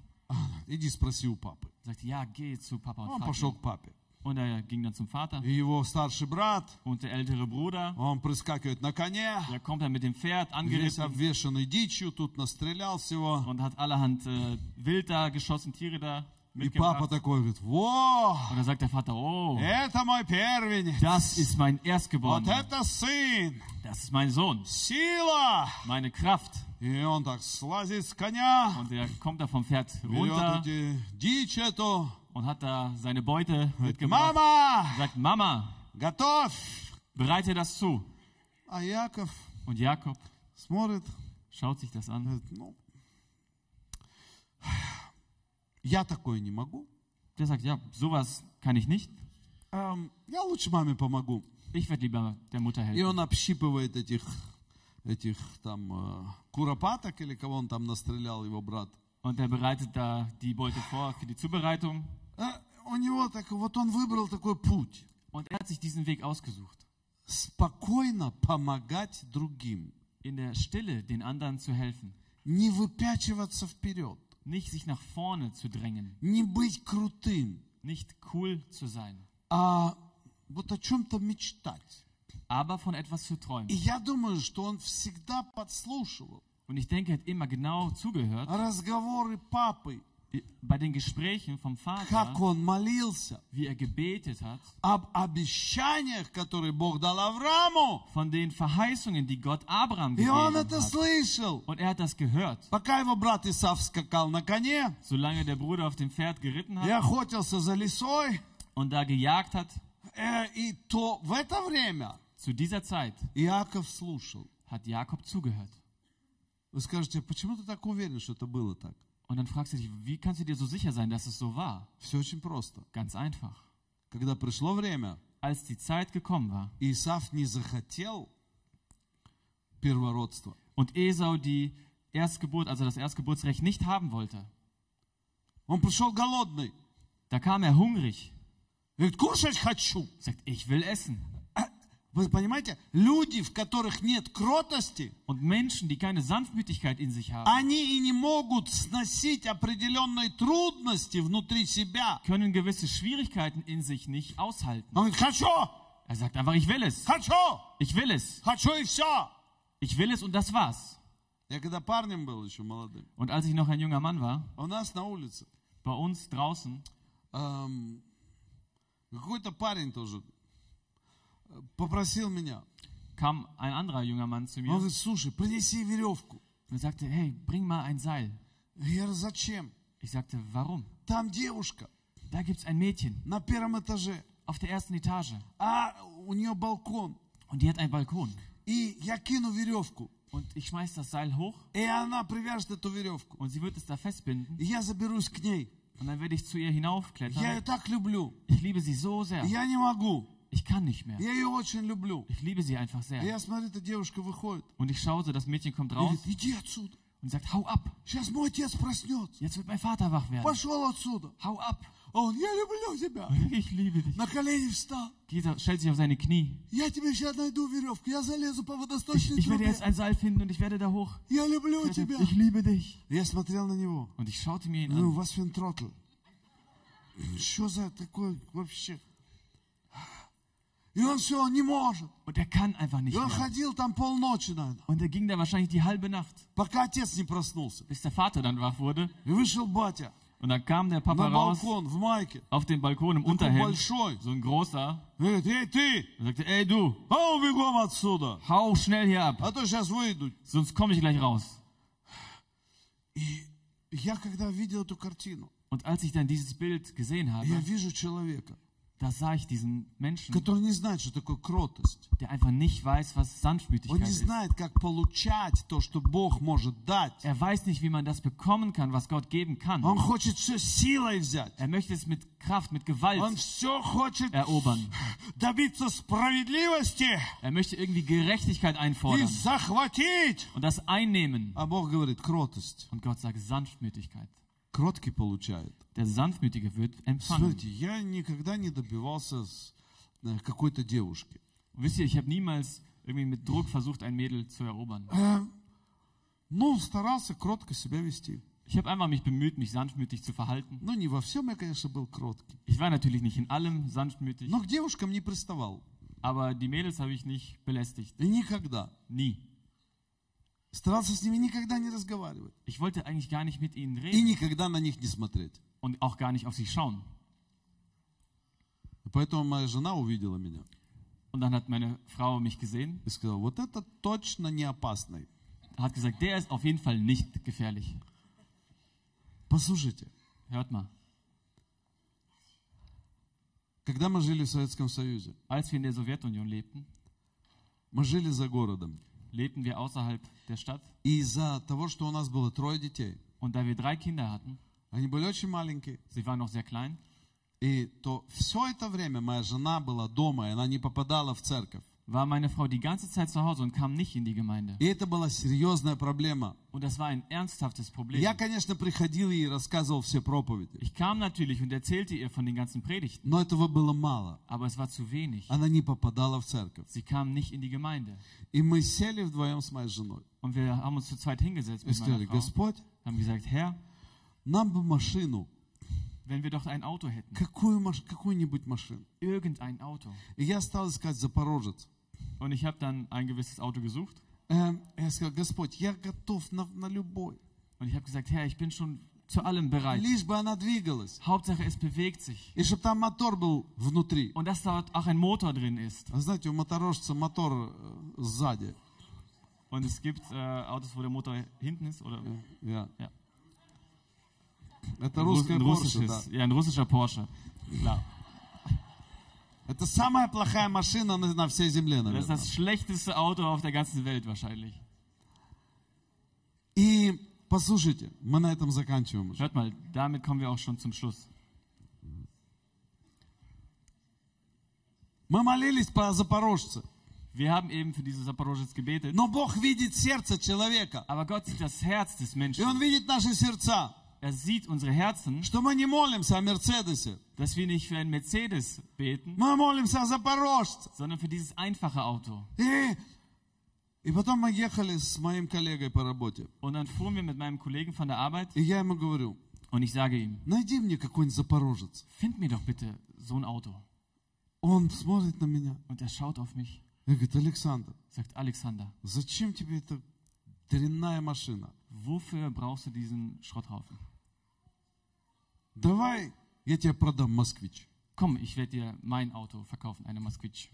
[SPEAKER 1] Иди спроси у папы.
[SPEAKER 2] Sagt, ja, geh zu Papa und
[SPEAKER 1] Он
[SPEAKER 2] frag
[SPEAKER 1] пошел
[SPEAKER 2] ihn.
[SPEAKER 1] к А папе.
[SPEAKER 2] Und er ging dann zum Vater.
[SPEAKER 1] И его старший брат,
[SPEAKER 2] Und der ältere Bruder,
[SPEAKER 1] он прискакивает на коне,
[SPEAKER 2] der kommt dann mit dem Pferd
[SPEAKER 1] весь
[SPEAKER 2] angeritten
[SPEAKER 1] обвешанный дичью, тут настрелял всего.
[SPEAKER 2] und hat allerhand äh, Wild da geschossen, Tiere da
[SPEAKER 1] И папа
[SPEAKER 2] mitgebracht.
[SPEAKER 1] такой говорит, во,
[SPEAKER 2] Und dann sagt der Vater, oh,
[SPEAKER 1] это мой первенец.
[SPEAKER 2] das ist mein
[SPEAKER 1] Вот
[SPEAKER 2] Erstgeborener.
[SPEAKER 1] это сын,
[SPEAKER 2] Das ist mein Sohn,
[SPEAKER 1] сила.
[SPEAKER 2] meine Kraft.
[SPEAKER 1] И он так слазит с коня,
[SPEAKER 2] Und der kommt da vom Pferd runter
[SPEAKER 1] берет эти дичь эту.
[SPEAKER 2] und hat da seine Beute
[SPEAKER 1] Говорит,
[SPEAKER 2] mitgebracht.
[SPEAKER 1] Мама,
[SPEAKER 2] Sagt, Mama,
[SPEAKER 1] готовь.
[SPEAKER 2] bereite das zu.
[SPEAKER 1] А Яков
[SPEAKER 2] Und Jakob
[SPEAKER 1] смотрит,
[SPEAKER 2] schaut sich das an.
[SPEAKER 1] говорит, ну, я такое не могу.
[SPEAKER 2] Der sagt, ja, sowas kann ich nicht.
[SPEAKER 1] Эм, я лучше маме помогу.
[SPEAKER 2] Ich werde lieber der Mutter
[SPEAKER 1] И
[SPEAKER 2] helfen.
[SPEAKER 1] он общипывает этих, этих там э, куропаток или кого он там настрелял, его брат.
[SPEAKER 2] Und er bereitet da die Beute vor für die Zubereitung.
[SPEAKER 1] Э, у него так, вот он выбрал такой путь.
[SPEAKER 2] Und er hat sich diesen Weg ausgesucht.
[SPEAKER 1] Спокойно помогать другим.
[SPEAKER 2] In der Stille den anderen zu helfen.
[SPEAKER 1] Не выпячиваться вперед.
[SPEAKER 2] Nicht sich nach vorne zu drängen.
[SPEAKER 1] Не быть крутым.
[SPEAKER 2] Nicht cool zu sein.
[SPEAKER 1] А вот о чем-то мечтать.
[SPEAKER 2] Aber von etwas zu
[SPEAKER 1] И
[SPEAKER 2] träumen.
[SPEAKER 1] я думаю, что он всегда подслушивал
[SPEAKER 2] Und ich denke, er hat immer genau zugehört.
[SPEAKER 1] разговоры папы,
[SPEAKER 2] Bei den Gesprächen vom Vater,
[SPEAKER 1] как он молился,
[SPEAKER 2] wie er gebetet hat.
[SPEAKER 1] об obещаниях, которые Бог дал Аврааму.
[SPEAKER 2] Von den Verheißungen, die Gott Abraham
[SPEAKER 1] И
[SPEAKER 2] gegeben
[SPEAKER 1] он это
[SPEAKER 2] hat.
[SPEAKER 1] слышал.
[SPEAKER 2] Und er hat das gehört.
[SPEAKER 1] Пока его брат Исав скакал на коне
[SPEAKER 2] Solange der Bruder auf dem Pferd geritten
[SPEAKER 1] и
[SPEAKER 2] hat
[SPEAKER 1] охотился за лисой,
[SPEAKER 2] und da gejagt hat,
[SPEAKER 1] э, и то в это время
[SPEAKER 2] zu dieser Zeit
[SPEAKER 1] Иаков слушал.
[SPEAKER 2] hat Jakob zugehört.
[SPEAKER 1] Вы скажете, «А почему ты так уверен, что это было так?
[SPEAKER 2] Und dann fragst du dich, wie kannst du dir so sicher sein, dass es so war?
[SPEAKER 1] Все очень просто.
[SPEAKER 2] Ganz einfach.
[SPEAKER 1] Когда пришло время,
[SPEAKER 2] Als die Zeit gekommen war
[SPEAKER 1] Исав не захотел первородства.
[SPEAKER 2] und Esau die Erstgeburt, also das Erstgeburtsrecht nicht haben wollte,
[SPEAKER 1] Он пришел голодный.
[SPEAKER 2] da kam er hungrig,
[SPEAKER 1] Говорит, кушать хочу.
[SPEAKER 2] sagt, ich will essen.
[SPEAKER 1] Вы понимаете, люди, в которых нет кротости,
[SPEAKER 2] Und Menschen, die keine Sanftmütigkeit in sich haben,
[SPEAKER 1] они и не могут сносить определенные трудности внутри себя.
[SPEAKER 2] können gewisse Schwierigkeiten in sich nicht aushalten.
[SPEAKER 1] Он говорит, хочу,
[SPEAKER 2] Er sagt einfach, ich will es,
[SPEAKER 1] хочу,
[SPEAKER 2] ich will es,
[SPEAKER 1] хочу и все.
[SPEAKER 2] ich will es und das war's.
[SPEAKER 1] Я когда парнем был еще молодым,
[SPEAKER 2] Und als ich noch ein junger Mann war,
[SPEAKER 1] у нас на улице
[SPEAKER 2] bei uns draußen,
[SPEAKER 1] эм, какой-то парень тоже э, попросил меня,
[SPEAKER 2] kam ein anderer junger Mann zu mir
[SPEAKER 1] Он говорит, слушай, принеси веревку.
[SPEAKER 2] und sagte, hey, bring mal ein Seil.
[SPEAKER 1] Я говорю, зачем?
[SPEAKER 2] Ich sagte, warum?
[SPEAKER 1] Там девушка
[SPEAKER 2] Da gibt's ein Mädchen
[SPEAKER 1] на первом этаже,
[SPEAKER 2] auf der ersten Etage
[SPEAKER 1] а у нее балкон.
[SPEAKER 2] und die hat einen Balkon.
[SPEAKER 1] И я кину веревку,
[SPEAKER 2] Und ich schmeiß das Seil hoch
[SPEAKER 1] и она привяжет эту веревку.
[SPEAKER 2] und sie wird es da festbinden
[SPEAKER 1] И я заберусь к ней.
[SPEAKER 2] und dann werde ich zu ihr
[SPEAKER 1] Я ее
[SPEAKER 2] hinaufklettern.
[SPEAKER 1] так люблю.
[SPEAKER 2] Ich liebe sie so sehr.
[SPEAKER 1] Я не могу.
[SPEAKER 2] Ich kann nicht mehr.
[SPEAKER 1] Я ее очень люблю.
[SPEAKER 2] Ich liebe sie einfach
[SPEAKER 1] И
[SPEAKER 2] sehr.
[SPEAKER 1] я смотрю, эта девушка выходит.
[SPEAKER 2] Und ich schaute, das Mädchen kommt
[SPEAKER 1] И
[SPEAKER 2] raus
[SPEAKER 1] говорит, иди отсюда.
[SPEAKER 2] und sagt, hau ab.
[SPEAKER 1] Сейчас мой отец проснется.
[SPEAKER 2] Jetzt wird mein Vater wach werden.
[SPEAKER 1] Пошел отсюда.
[SPEAKER 2] Hau ab.
[SPEAKER 1] А он, я люблю тебя.
[SPEAKER 2] Ich liebe dich.
[SPEAKER 1] На колени встал.
[SPEAKER 2] Gesa stellt sich auf seine Knie.
[SPEAKER 1] Я тебе сейчас найду веревку. Я залезу по
[SPEAKER 2] Ich,
[SPEAKER 1] водосточной
[SPEAKER 2] ich werde
[SPEAKER 1] трубе.
[SPEAKER 2] jetzt ein Seil finden und ich werde da hoch.
[SPEAKER 1] Я люблю тебя.
[SPEAKER 2] Ich liebe dich.
[SPEAKER 1] Я смотрел на него.
[SPEAKER 2] Und ich schaute mir ihn
[SPEAKER 1] Ну,
[SPEAKER 2] an.
[SPEAKER 1] вас тротл. Что за такое вообще? И он все, он не может.
[SPEAKER 2] Und er kann einfach
[SPEAKER 1] И
[SPEAKER 2] nicht
[SPEAKER 1] он
[SPEAKER 2] mehr.
[SPEAKER 1] ходил там полночи, наверное,
[SPEAKER 2] Und er ging da wahrscheinlich die halbe Nacht,
[SPEAKER 1] пока отец не проснулся.
[SPEAKER 2] bis der Vater dann wach wurde.
[SPEAKER 1] И вышел батя
[SPEAKER 2] Und dann kam der Papa
[SPEAKER 1] на
[SPEAKER 2] raus
[SPEAKER 1] балкон в майке.
[SPEAKER 2] auf den Balkon im
[SPEAKER 1] Такой
[SPEAKER 2] Unterhemd.
[SPEAKER 1] большой.
[SPEAKER 2] So ein großer.
[SPEAKER 1] Говорит, эй, ты,
[SPEAKER 2] Er sagte, ey du,
[SPEAKER 1] а ну бегом отсюда,
[SPEAKER 2] hau schnell hier ab.
[SPEAKER 1] а то сейчас выйдут.
[SPEAKER 2] Sonst komme ich gleich raus.
[SPEAKER 1] И я когда видел эту картину,
[SPEAKER 2] Und als ich dann dieses Bild gesehen
[SPEAKER 1] я
[SPEAKER 2] habe,
[SPEAKER 1] вижу человека,
[SPEAKER 2] da sah ich diesen Menschen,
[SPEAKER 1] который не знает, что такое кротость.
[SPEAKER 2] der einfach nicht weiß, was
[SPEAKER 1] Он
[SPEAKER 2] Sanftmütigkeit
[SPEAKER 1] не
[SPEAKER 2] ist.
[SPEAKER 1] знает, как получать то, что Бог может дать.
[SPEAKER 2] Er weiß nicht, wie man das bekommen kann, was Gott geben kann.
[SPEAKER 1] Он хочет все силой взять.
[SPEAKER 2] Er möchte es mit Kraft, mit
[SPEAKER 1] Он
[SPEAKER 2] Gewalt
[SPEAKER 1] все хочет
[SPEAKER 2] erobern.
[SPEAKER 1] добиться справедливости
[SPEAKER 2] Er möchte irgendwie Gerechtigkeit
[SPEAKER 1] и
[SPEAKER 2] einfordern
[SPEAKER 1] захватить.
[SPEAKER 2] und das einnehmen.
[SPEAKER 1] А Бог говорит, кротость.
[SPEAKER 2] Und Gott sagt Sanftmütigkeit.
[SPEAKER 1] Кроткий получает.
[SPEAKER 2] Der Sanftmütige wird empfangen.
[SPEAKER 1] Смотрите, я никогда не добивался с- э, какой-то девушки.
[SPEAKER 2] Und wisst ihr, ich habe niemals irgendwie mit Druck versucht, ein Mädel zu erobern.
[SPEAKER 1] Э, Ну, старался кротко себя вести.
[SPEAKER 2] Ich habe einfach mich bemüht, mich sanftmütig zu verhalten.
[SPEAKER 1] Ну, не во всем я, конечно, был кроткий.
[SPEAKER 2] Ich war natürlich nicht in allem sanftmütig,
[SPEAKER 1] Но к девушкам не приставал.
[SPEAKER 2] aber die Mädels habe ich nicht belästigt.
[SPEAKER 1] И никогда.
[SPEAKER 2] Nie.
[SPEAKER 1] Старался с ними никогda не разговаривать.
[SPEAKER 2] Ich wollte eigentlich gar nicht mit ihnen
[SPEAKER 1] И
[SPEAKER 2] reden
[SPEAKER 1] никогда на них не смотреть.
[SPEAKER 2] und auch gar nicht auf sie schauen.
[SPEAKER 1] Поэтому моя жена увидела меня
[SPEAKER 2] Und dann hat meine Frau mich gesehen,
[SPEAKER 1] и сказала, вот это точно не опасный.
[SPEAKER 2] hat gesagt, der ist auf jeden Fall nicht gefährlich.
[SPEAKER 1] Послушайте,
[SPEAKER 2] Hört mal.
[SPEAKER 1] когда мы жили в Советском Союзе,
[SPEAKER 2] Als wir in der Sowjetunion lebten,
[SPEAKER 1] мы жили за городом.
[SPEAKER 2] lebten wir außerhalb der Stadt.
[SPEAKER 1] И из-за того, что у нас было трое детей,
[SPEAKER 2] Und da wir drei Kinder hatten,
[SPEAKER 1] они были очень маленькие,
[SPEAKER 2] sie waren noch sehr klein,
[SPEAKER 1] и то все это время моя жена была дома, и она не попадала в церковь.
[SPEAKER 2] war meine Frau die ganze Zeit zu Hause und kam nicht in die Gemeinde.
[SPEAKER 1] И это была серьезная проблема.
[SPEAKER 2] Und das war ein ernsthaftes Problem.
[SPEAKER 1] Я, конечно, приходил и рассказывал все проповеди,
[SPEAKER 2] Ich kam natürlich und erzählte ihr von den ganzen Predigten,
[SPEAKER 1] но этого было мало.
[SPEAKER 2] aber es war zu wenig.
[SPEAKER 1] Она не попадала в церковь.
[SPEAKER 2] Sie kam nicht in die Gemeinde.
[SPEAKER 1] И мы сели вдвоем с моей женой
[SPEAKER 2] Und wir haben uns zu zweit hingesetzt
[SPEAKER 1] и
[SPEAKER 2] mit
[SPEAKER 1] сказали,
[SPEAKER 2] meiner Frau,
[SPEAKER 1] Господь,
[SPEAKER 2] haben gesagt, Herr,
[SPEAKER 1] нам бы машину,
[SPEAKER 2] wenn wir doch ein Auto hätten,
[SPEAKER 1] какую маш- какую-нибудь машину.
[SPEAKER 2] irgendein Auto.
[SPEAKER 1] И я стал искать Запорожец.
[SPEAKER 2] Und ich habe dann ein gewisses Auto gesucht
[SPEAKER 1] Эм, Я сказал, Господь, я готов на, на любой.
[SPEAKER 2] und ich habe gesagt, Herr, ich bin schon zu allem bereit.
[SPEAKER 1] Лишь бы она двигалась.
[SPEAKER 2] Hauptsache, es bewegt sich.
[SPEAKER 1] И чтобы там мотор был внутри.
[SPEAKER 2] Und dass da auch ein Motor drin ist.
[SPEAKER 1] А знаете, у моторожца мотор э, сзади.
[SPEAKER 2] Und es gibt äh, Autos, wo der Motor hinten ist oder
[SPEAKER 1] Я.
[SPEAKER 2] Я.
[SPEAKER 1] Это
[SPEAKER 2] ein, Russ-
[SPEAKER 1] русская
[SPEAKER 2] ein
[SPEAKER 1] Porsche, да.
[SPEAKER 2] russisches, ja, ein russischer Porsche. Klar.
[SPEAKER 1] Это самая плохая машина на, на всей земле,
[SPEAKER 2] Das ist
[SPEAKER 1] наверное.
[SPEAKER 2] das schlechteste Auto auf der ganzen Welt wahrscheinlich.
[SPEAKER 1] И послушайте, мы на этом заканчиваем уже.
[SPEAKER 2] Hört mal, damit kommen wir auch schon zum Schluss.
[SPEAKER 1] Мы молились по запорожце.
[SPEAKER 2] Wir haben eben für diese Saporojets gebetet,
[SPEAKER 1] Но Бог видит сердце человека.
[SPEAKER 2] aber Gott sieht das Herz des
[SPEAKER 1] И Он
[SPEAKER 2] Menschen.
[SPEAKER 1] видит наши сердца.
[SPEAKER 2] Er sieht unsere Herzen,
[SPEAKER 1] Что мы не молимся о Мерседесе.
[SPEAKER 2] dass wir nicht für einen Mercedes beten,
[SPEAKER 1] Мы молимся о запорожце.
[SPEAKER 2] sondern für dieses einfache Auto.
[SPEAKER 1] И, и потом мы ехали с моим коллегой по работе.
[SPEAKER 2] Und dann fuhren wir mit meinem Kollegen von der Arbeit
[SPEAKER 1] И я ему говорю,
[SPEAKER 2] und ich sage ihm,
[SPEAKER 1] найди мне какой-нибудь запорожец.
[SPEAKER 2] find mir doch bitte so ein Auto.
[SPEAKER 1] Он смотрит на меня
[SPEAKER 2] Und er schaut auf mich,
[SPEAKER 1] и говорит, Александр,
[SPEAKER 2] sagt Alexander,
[SPEAKER 1] зачем тебе эта дрянная машина?
[SPEAKER 2] wofür brauchst du diesen Schrotthaufen?
[SPEAKER 1] Давай я тебе продам москвич.
[SPEAKER 2] Komm, ich werde dir mein Auto verkaufen, eine Moskvitch.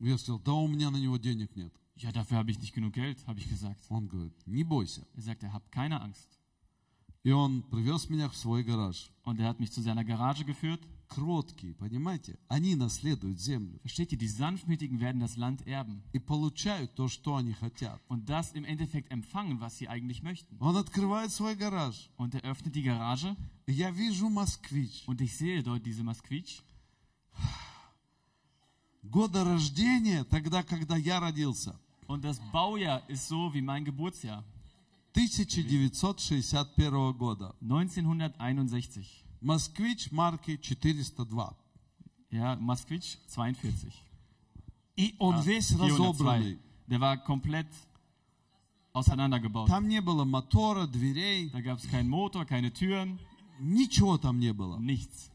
[SPEAKER 1] Я сказал, да у меня на него денег нет.
[SPEAKER 2] Ja, dafür habe ich nicht genug Geld, habe ich gesagt.
[SPEAKER 1] Он говорит, не бойся.
[SPEAKER 2] Er sagte, hab keine Angst.
[SPEAKER 1] И он привез меня в свой гараж.
[SPEAKER 2] Und er hat mich zu seiner Garage geführt.
[SPEAKER 1] Кроткие, понимаете? Они наследуют землю
[SPEAKER 2] Versteht ihr, die Sanftmütigen werden das Land erben
[SPEAKER 1] и получают то, что они хотят.
[SPEAKER 2] und das im Endeffekt empfangen, was sie eigentlich möchten.
[SPEAKER 1] Он открывает свой гараж.
[SPEAKER 2] Und er öffnet die Garage
[SPEAKER 1] И я вижу москвич.
[SPEAKER 2] und ich sehe dort diese Masquitsch.
[SPEAKER 1] Года рождения, тогда, когда я родился.
[SPEAKER 2] Und das Baujahr ist so wie mein Geburtsjahr.
[SPEAKER 1] 1961 года.
[SPEAKER 2] 1961.
[SPEAKER 1] Москвич марки 402.
[SPEAKER 2] Ja, Masquitsch 42.
[SPEAKER 1] И он
[SPEAKER 2] Ah,
[SPEAKER 1] весь
[SPEAKER 2] 402.
[SPEAKER 1] разобранный.
[SPEAKER 2] Der war komplett auseinandergebaut.
[SPEAKER 1] Там не было мотора, дверей,
[SPEAKER 2] Da gab es keinen Motor, keine Türen,
[SPEAKER 1] ничего там не было.
[SPEAKER 2] nichts.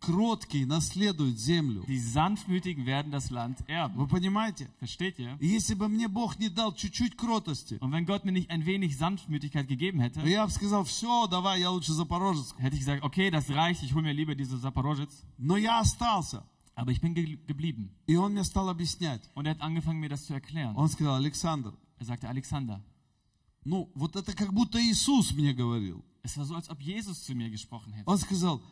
[SPEAKER 1] Кроткие наследуют землю.
[SPEAKER 2] Die Sanftmütigen werden das Land erben.
[SPEAKER 1] Вы понимаете?
[SPEAKER 2] Versteht ihr?
[SPEAKER 1] И Если бы мне Бог не дал чуть-чуть кротости,
[SPEAKER 2] Und wenn Gott mir nicht ein wenig Sanftmütigkeit gegeben hätte,
[SPEAKER 1] я бы сказал, все, давай, я лучше Запорожец.
[SPEAKER 2] hätte ich gesagt, okay, das reicht, ich hole mir lieber diese Saporojets.
[SPEAKER 1] Но я остался.
[SPEAKER 2] Aber ich bin ge geblieben.
[SPEAKER 1] И он мне стал объяснять.
[SPEAKER 2] Und er hat angefangen, mir das zu erklären.
[SPEAKER 1] Он сказал, Александр,
[SPEAKER 2] Er sagte, Alexander,
[SPEAKER 1] ну вот это как будто Иисус мне говорил.
[SPEAKER 2] es war so, als ob Jesus zu mir gesprochen hätte.
[SPEAKER 1] Он сказал,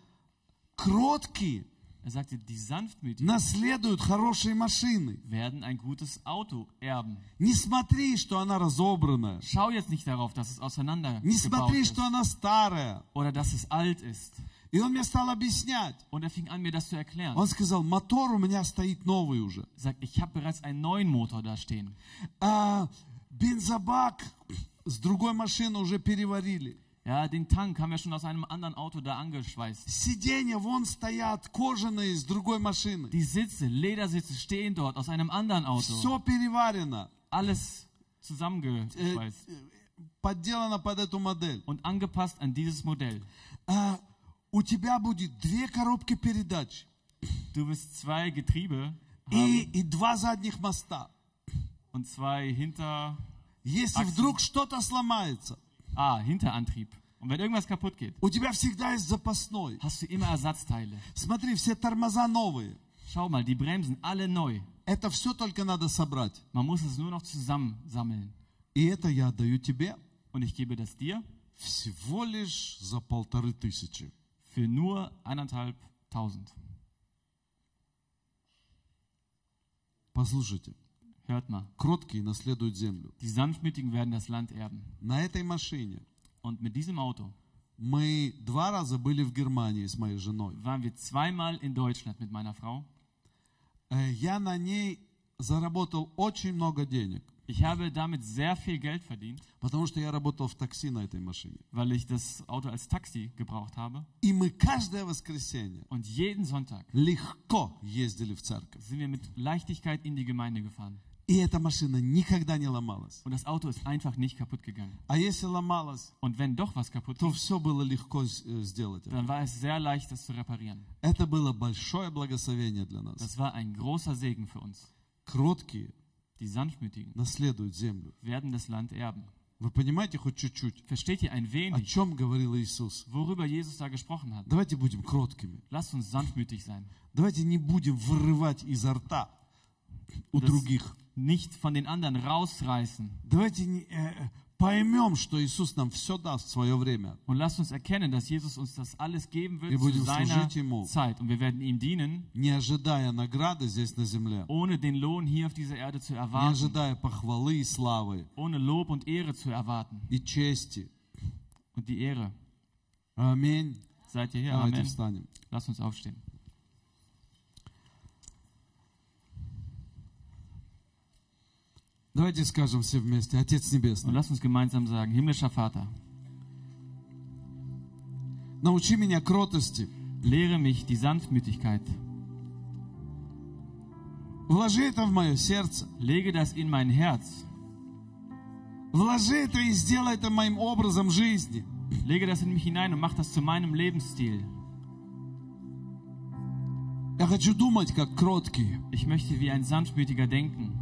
[SPEAKER 1] кроткие
[SPEAKER 2] Er sagte, die Sanftmütigen
[SPEAKER 1] наследуют хорошие машины.
[SPEAKER 2] werden ein gutes Auto erben.
[SPEAKER 1] Не смотри, что она разобранная.
[SPEAKER 2] Schau jetzt nicht darauf, dass es
[SPEAKER 1] Не
[SPEAKER 2] auseinandergebaut
[SPEAKER 1] смотри,
[SPEAKER 2] ist
[SPEAKER 1] что она старая.
[SPEAKER 2] oder dass es alt ist.
[SPEAKER 1] И он мне стал объяснять.
[SPEAKER 2] Und er fing an, mir das zu erklären.
[SPEAKER 1] Он сказал, мотор у меня стоит новый уже.
[SPEAKER 2] Er sagt, ich habe bereits einen neuen Motor da stehen.
[SPEAKER 1] А, бензобак с другой машины уже переварили.
[SPEAKER 2] Ja, den Tank haben wir schon aus einem anderen Auto da angeschweißt.
[SPEAKER 1] Сиденья вон стоят, кожаные с другой машины.
[SPEAKER 2] Die Sitze, Ledersitze stehen dort aus einem anderen Auto.
[SPEAKER 1] Все переварено,
[SPEAKER 2] Alles
[SPEAKER 1] э,
[SPEAKER 2] zusammengeschweißt
[SPEAKER 1] подделано под эту модель.
[SPEAKER 2] und angepasst an dieses Modell.
[SPEAKER 1] А, у тебя будет две коробки передач
[SPEAKER 2] Du wirst zwei Getriebe
[SPEAKER 1] и,
[SPEAKER 2] haben
[SPEAKER 1] и два задних моста.
[SPEAKER 2] und zwei Hinter...
[SPEAKER 1] Если
[SPEAKER 2] Аксель.
[SPEAKER 1] вдруг что-то сломается,
[SPEAKER 2] Ah, Hinterantrieb. Und wenn irgendwas kaputt geht,
[SPEAKER 1] у тебя всегда есть запасной.
[SPEAKER 2] hast du immer Ersatzteile.
[SPEAKER 1] Смотри, все тормоза новые.
[SPEAKER 2] Schau mal, die Bremsen alle neu.
[SPEAKER 1] Это все только надо собрать.
[SPEAKER 2] Man muss es nur noch zusammensammeln.
[SPEAKER 1] И это я отдаю тебе
[SPEAKER 2] Und ich gebe das dir
[SPEAKER 1] всего лишь за полторы тысячи.
[SPEAKER 2] für nur anderthalb tausend.
[SPEAKER 1] Послушайте,
[SPEAKER 2] Hört mal.
[SPEAKER 1] кроткие наследуют землю.
[SPEAKER 2] Die Sanftmütigen werden das Land erben.
[SPEAKER 1] На этой машине
[SPEAKER 2] Und mit diesem Auto
[SPEAKER 1] мы два раза были в Германии с моей женой.
[SPEAKER 2] waren wir zweimal in Deutschland mit meiner Frau.
[SPEAKER 1] Э, Я на ней заработал очень много денег,
[SPEAKER 2] Ich habe damit sehr viel Geld verdient,
[SPEAKER 1] потому что я работал в такси на этой машине.
[SPEAKER 2] weil ich das Auto als Taxi gebraucht habe.
[SPEAKER 1] И мы каждое воскресенье
[SPEAKER 2] Und jeden Sonntag
[SPEAKER 1] легко ездили в церковь.
[SPEAKER 2] sind wir mit Leichtigkeit in die Gemeinde gefahren.
[SPEAKER 1] И эта машина никогда не ломалась.
[SPEAKER 2] Und das Auto ist einfach nicht kaputt gegangen.
[SPEAKER 1] А если ломалась,
[SPEAKER 2] Und wenn doch was kaputt
[SPEAKER 1] то
[SPEAKER 2] ist,
[SPEAKER 1] все было легко с- э, сделать.
[SPEAKER 2] dann war es sehr leicht, das zu reparieren.
[SPEAKER 1] Это было большое благословение для нас.
[SPEAKER 2] Das war ein großer Segen für uns.
[SPEAKER 1] Кроткие
[SPEAKER 2] Die Sanftmütigen
[SPEAKER 1] наследуют землю.
[SPEAKER 2] werden das Land erben.
[SPEAKER 1] Вы понимаете хоть чуть-чуть,
[SPEAKER 2] Versteht ihr ein
[SPEAKER 1] о
[SPEAKER 2] wenig,
[SPEAKER 1] чем говорил Иисус?
[SPEAKER 2] worüber Jesus da gesprochen hat?
[SPEAKER 1] Давайте будем кроткими.
[SPEAKER 2] Lasst uns sanftmütig sein.
[SPEAKER 1] Давайте не будем вырывать изо рта у
[SPEAKER 2] Das-
[SPEAKER 1] других.
[SPEAKER 2] Nicht von den anderen rausreißen.
[SPEAKER 1] Давайте не- э, э, pоймем, что Иисус нам все даст в свое время.
[SPEAKER 2] Und lasst uns erkennen, dass Jesus uns das alles geben
[SPEAKER 1] Wir
[SPEAKER 2] wird zu
[SPEAKER 1] wollen
[SPEAKER 2] seiner
[SPEAKER 1] служить ему.
[SPEAKER 2] Zeit. Und wir werden ihm dienen,
[SPEAKER 1] Не ожидая награды здесь на земле,
[SPEAKER 2] ohne den Lohn hier auf dieser Erde zu
[SPEAKER 1] не
[SPEAKER 2] erwarten.
[SPEAKER 1] ожидая похвалы и славы,
[SPEAKER 2] Ohne Lob und Ehre zu erwarten.
[SPEAKER 1] и чести.
[SPEAKER 2] Und die Ehre.
[SPEAKER 1] Аминь.
[SPEAKER 2] Seid ihr hier?
[SPEAKER 1] Давайте
[SPEAKER 2] Amen.
[SPEAKER 1] встанем.
[SPEAKER 2] Lasst uns aufstehen.
[SPEAKER 1] Давайте скажем все вместе, Отец
[SPEAKER 2] Und
[SPEAKER 1] Небесный,
[SPEAKER 2] lasst uns gemeinsam sagen, himmlischer Vater,
[SPEAKER 1] научи меня кротости,
[SPEAKER 2] lehre mich die Sanftmütigkeit.
[SPEAKER 1] вложи это в мое сердце,
[SPEAKER 2] Lege das in mein Herz.
[SPEAKER 1] вложи это и сделай это моим образом жизни.
[SPEAKER 2] Lege das in mich hinein und mach das zu meinem Lebensstil.
[SPEAKER 1] Я хочу думать, как кроткий.
[SPEAKER 2] Ich möchte wie ein Sanftmütiger denken,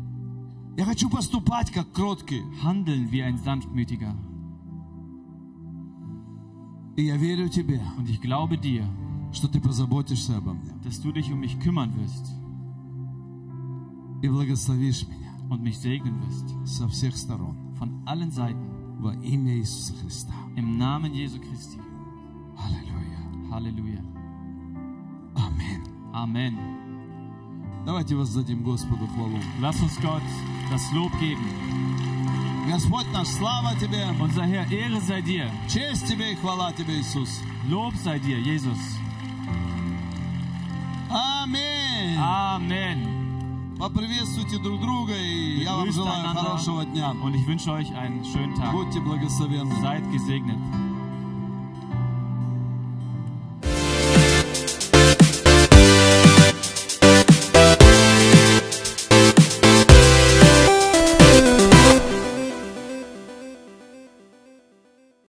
[SPEAKER 1] Я хочу поступать, как кроткий.
[SPEAKER 2] handeln wie ein Sanftmütiger.
[SPEAKER 1] И я верю тебе,
[SPEAKER 2] Und ich glaube dir,
[SPEAKER 1] что ты позаботишься обо мне.
[SPEAKER 2] dass du dich um mich kümmern wirst.
[SPEAKER 1] и благословишь меня
[SPEAKER 2] und mich segnen wirst.
[SPEAKER 1] со всех сторон
[SPEAKER 2] Von allen Seiten.
[SPEAKER 1] во имя Иисуса Христа.
[SPEAKER 2] Im Namen Jesu Christi.
[SPEAKER 1] Аллилуйя.
[SPEAKER 2] Halleluja.
[SPEAKER 1] Аминь.
[SPEAKER 2] Amen.
[SPEAKER 1] Давайте воздадим Господу хвалу.
[SPEAKER 2] Lass uns Gott das Lob geben.
[SPEAKER 1] Господь наш, слава Тебе,
[SPEAKER 2] Unser Herr, Ehre sei dir.
[SPEAKER 1] честь Тебе и хвала Тебе, Иисус.
[SPEAKER 2] Lob sei dir, Jesus.
[SPEAKER 1] Аминь.
[SPEAKER 2] Amen.
[SPEAKER 1] Поприветствуйте друг друга, и я вам
[SPEAKER 2] Begrüßt
[SPEAKER 1] желаю
[SPEAKER 2] einander
[SPEAKER 1] хорошего дня.
[SPEAKER 2] Und ich wünsche euch einen schönen Tag.
[SPEAKER 1] Будьте благословенны.
[SPEAKER 2] Seid gesegnet.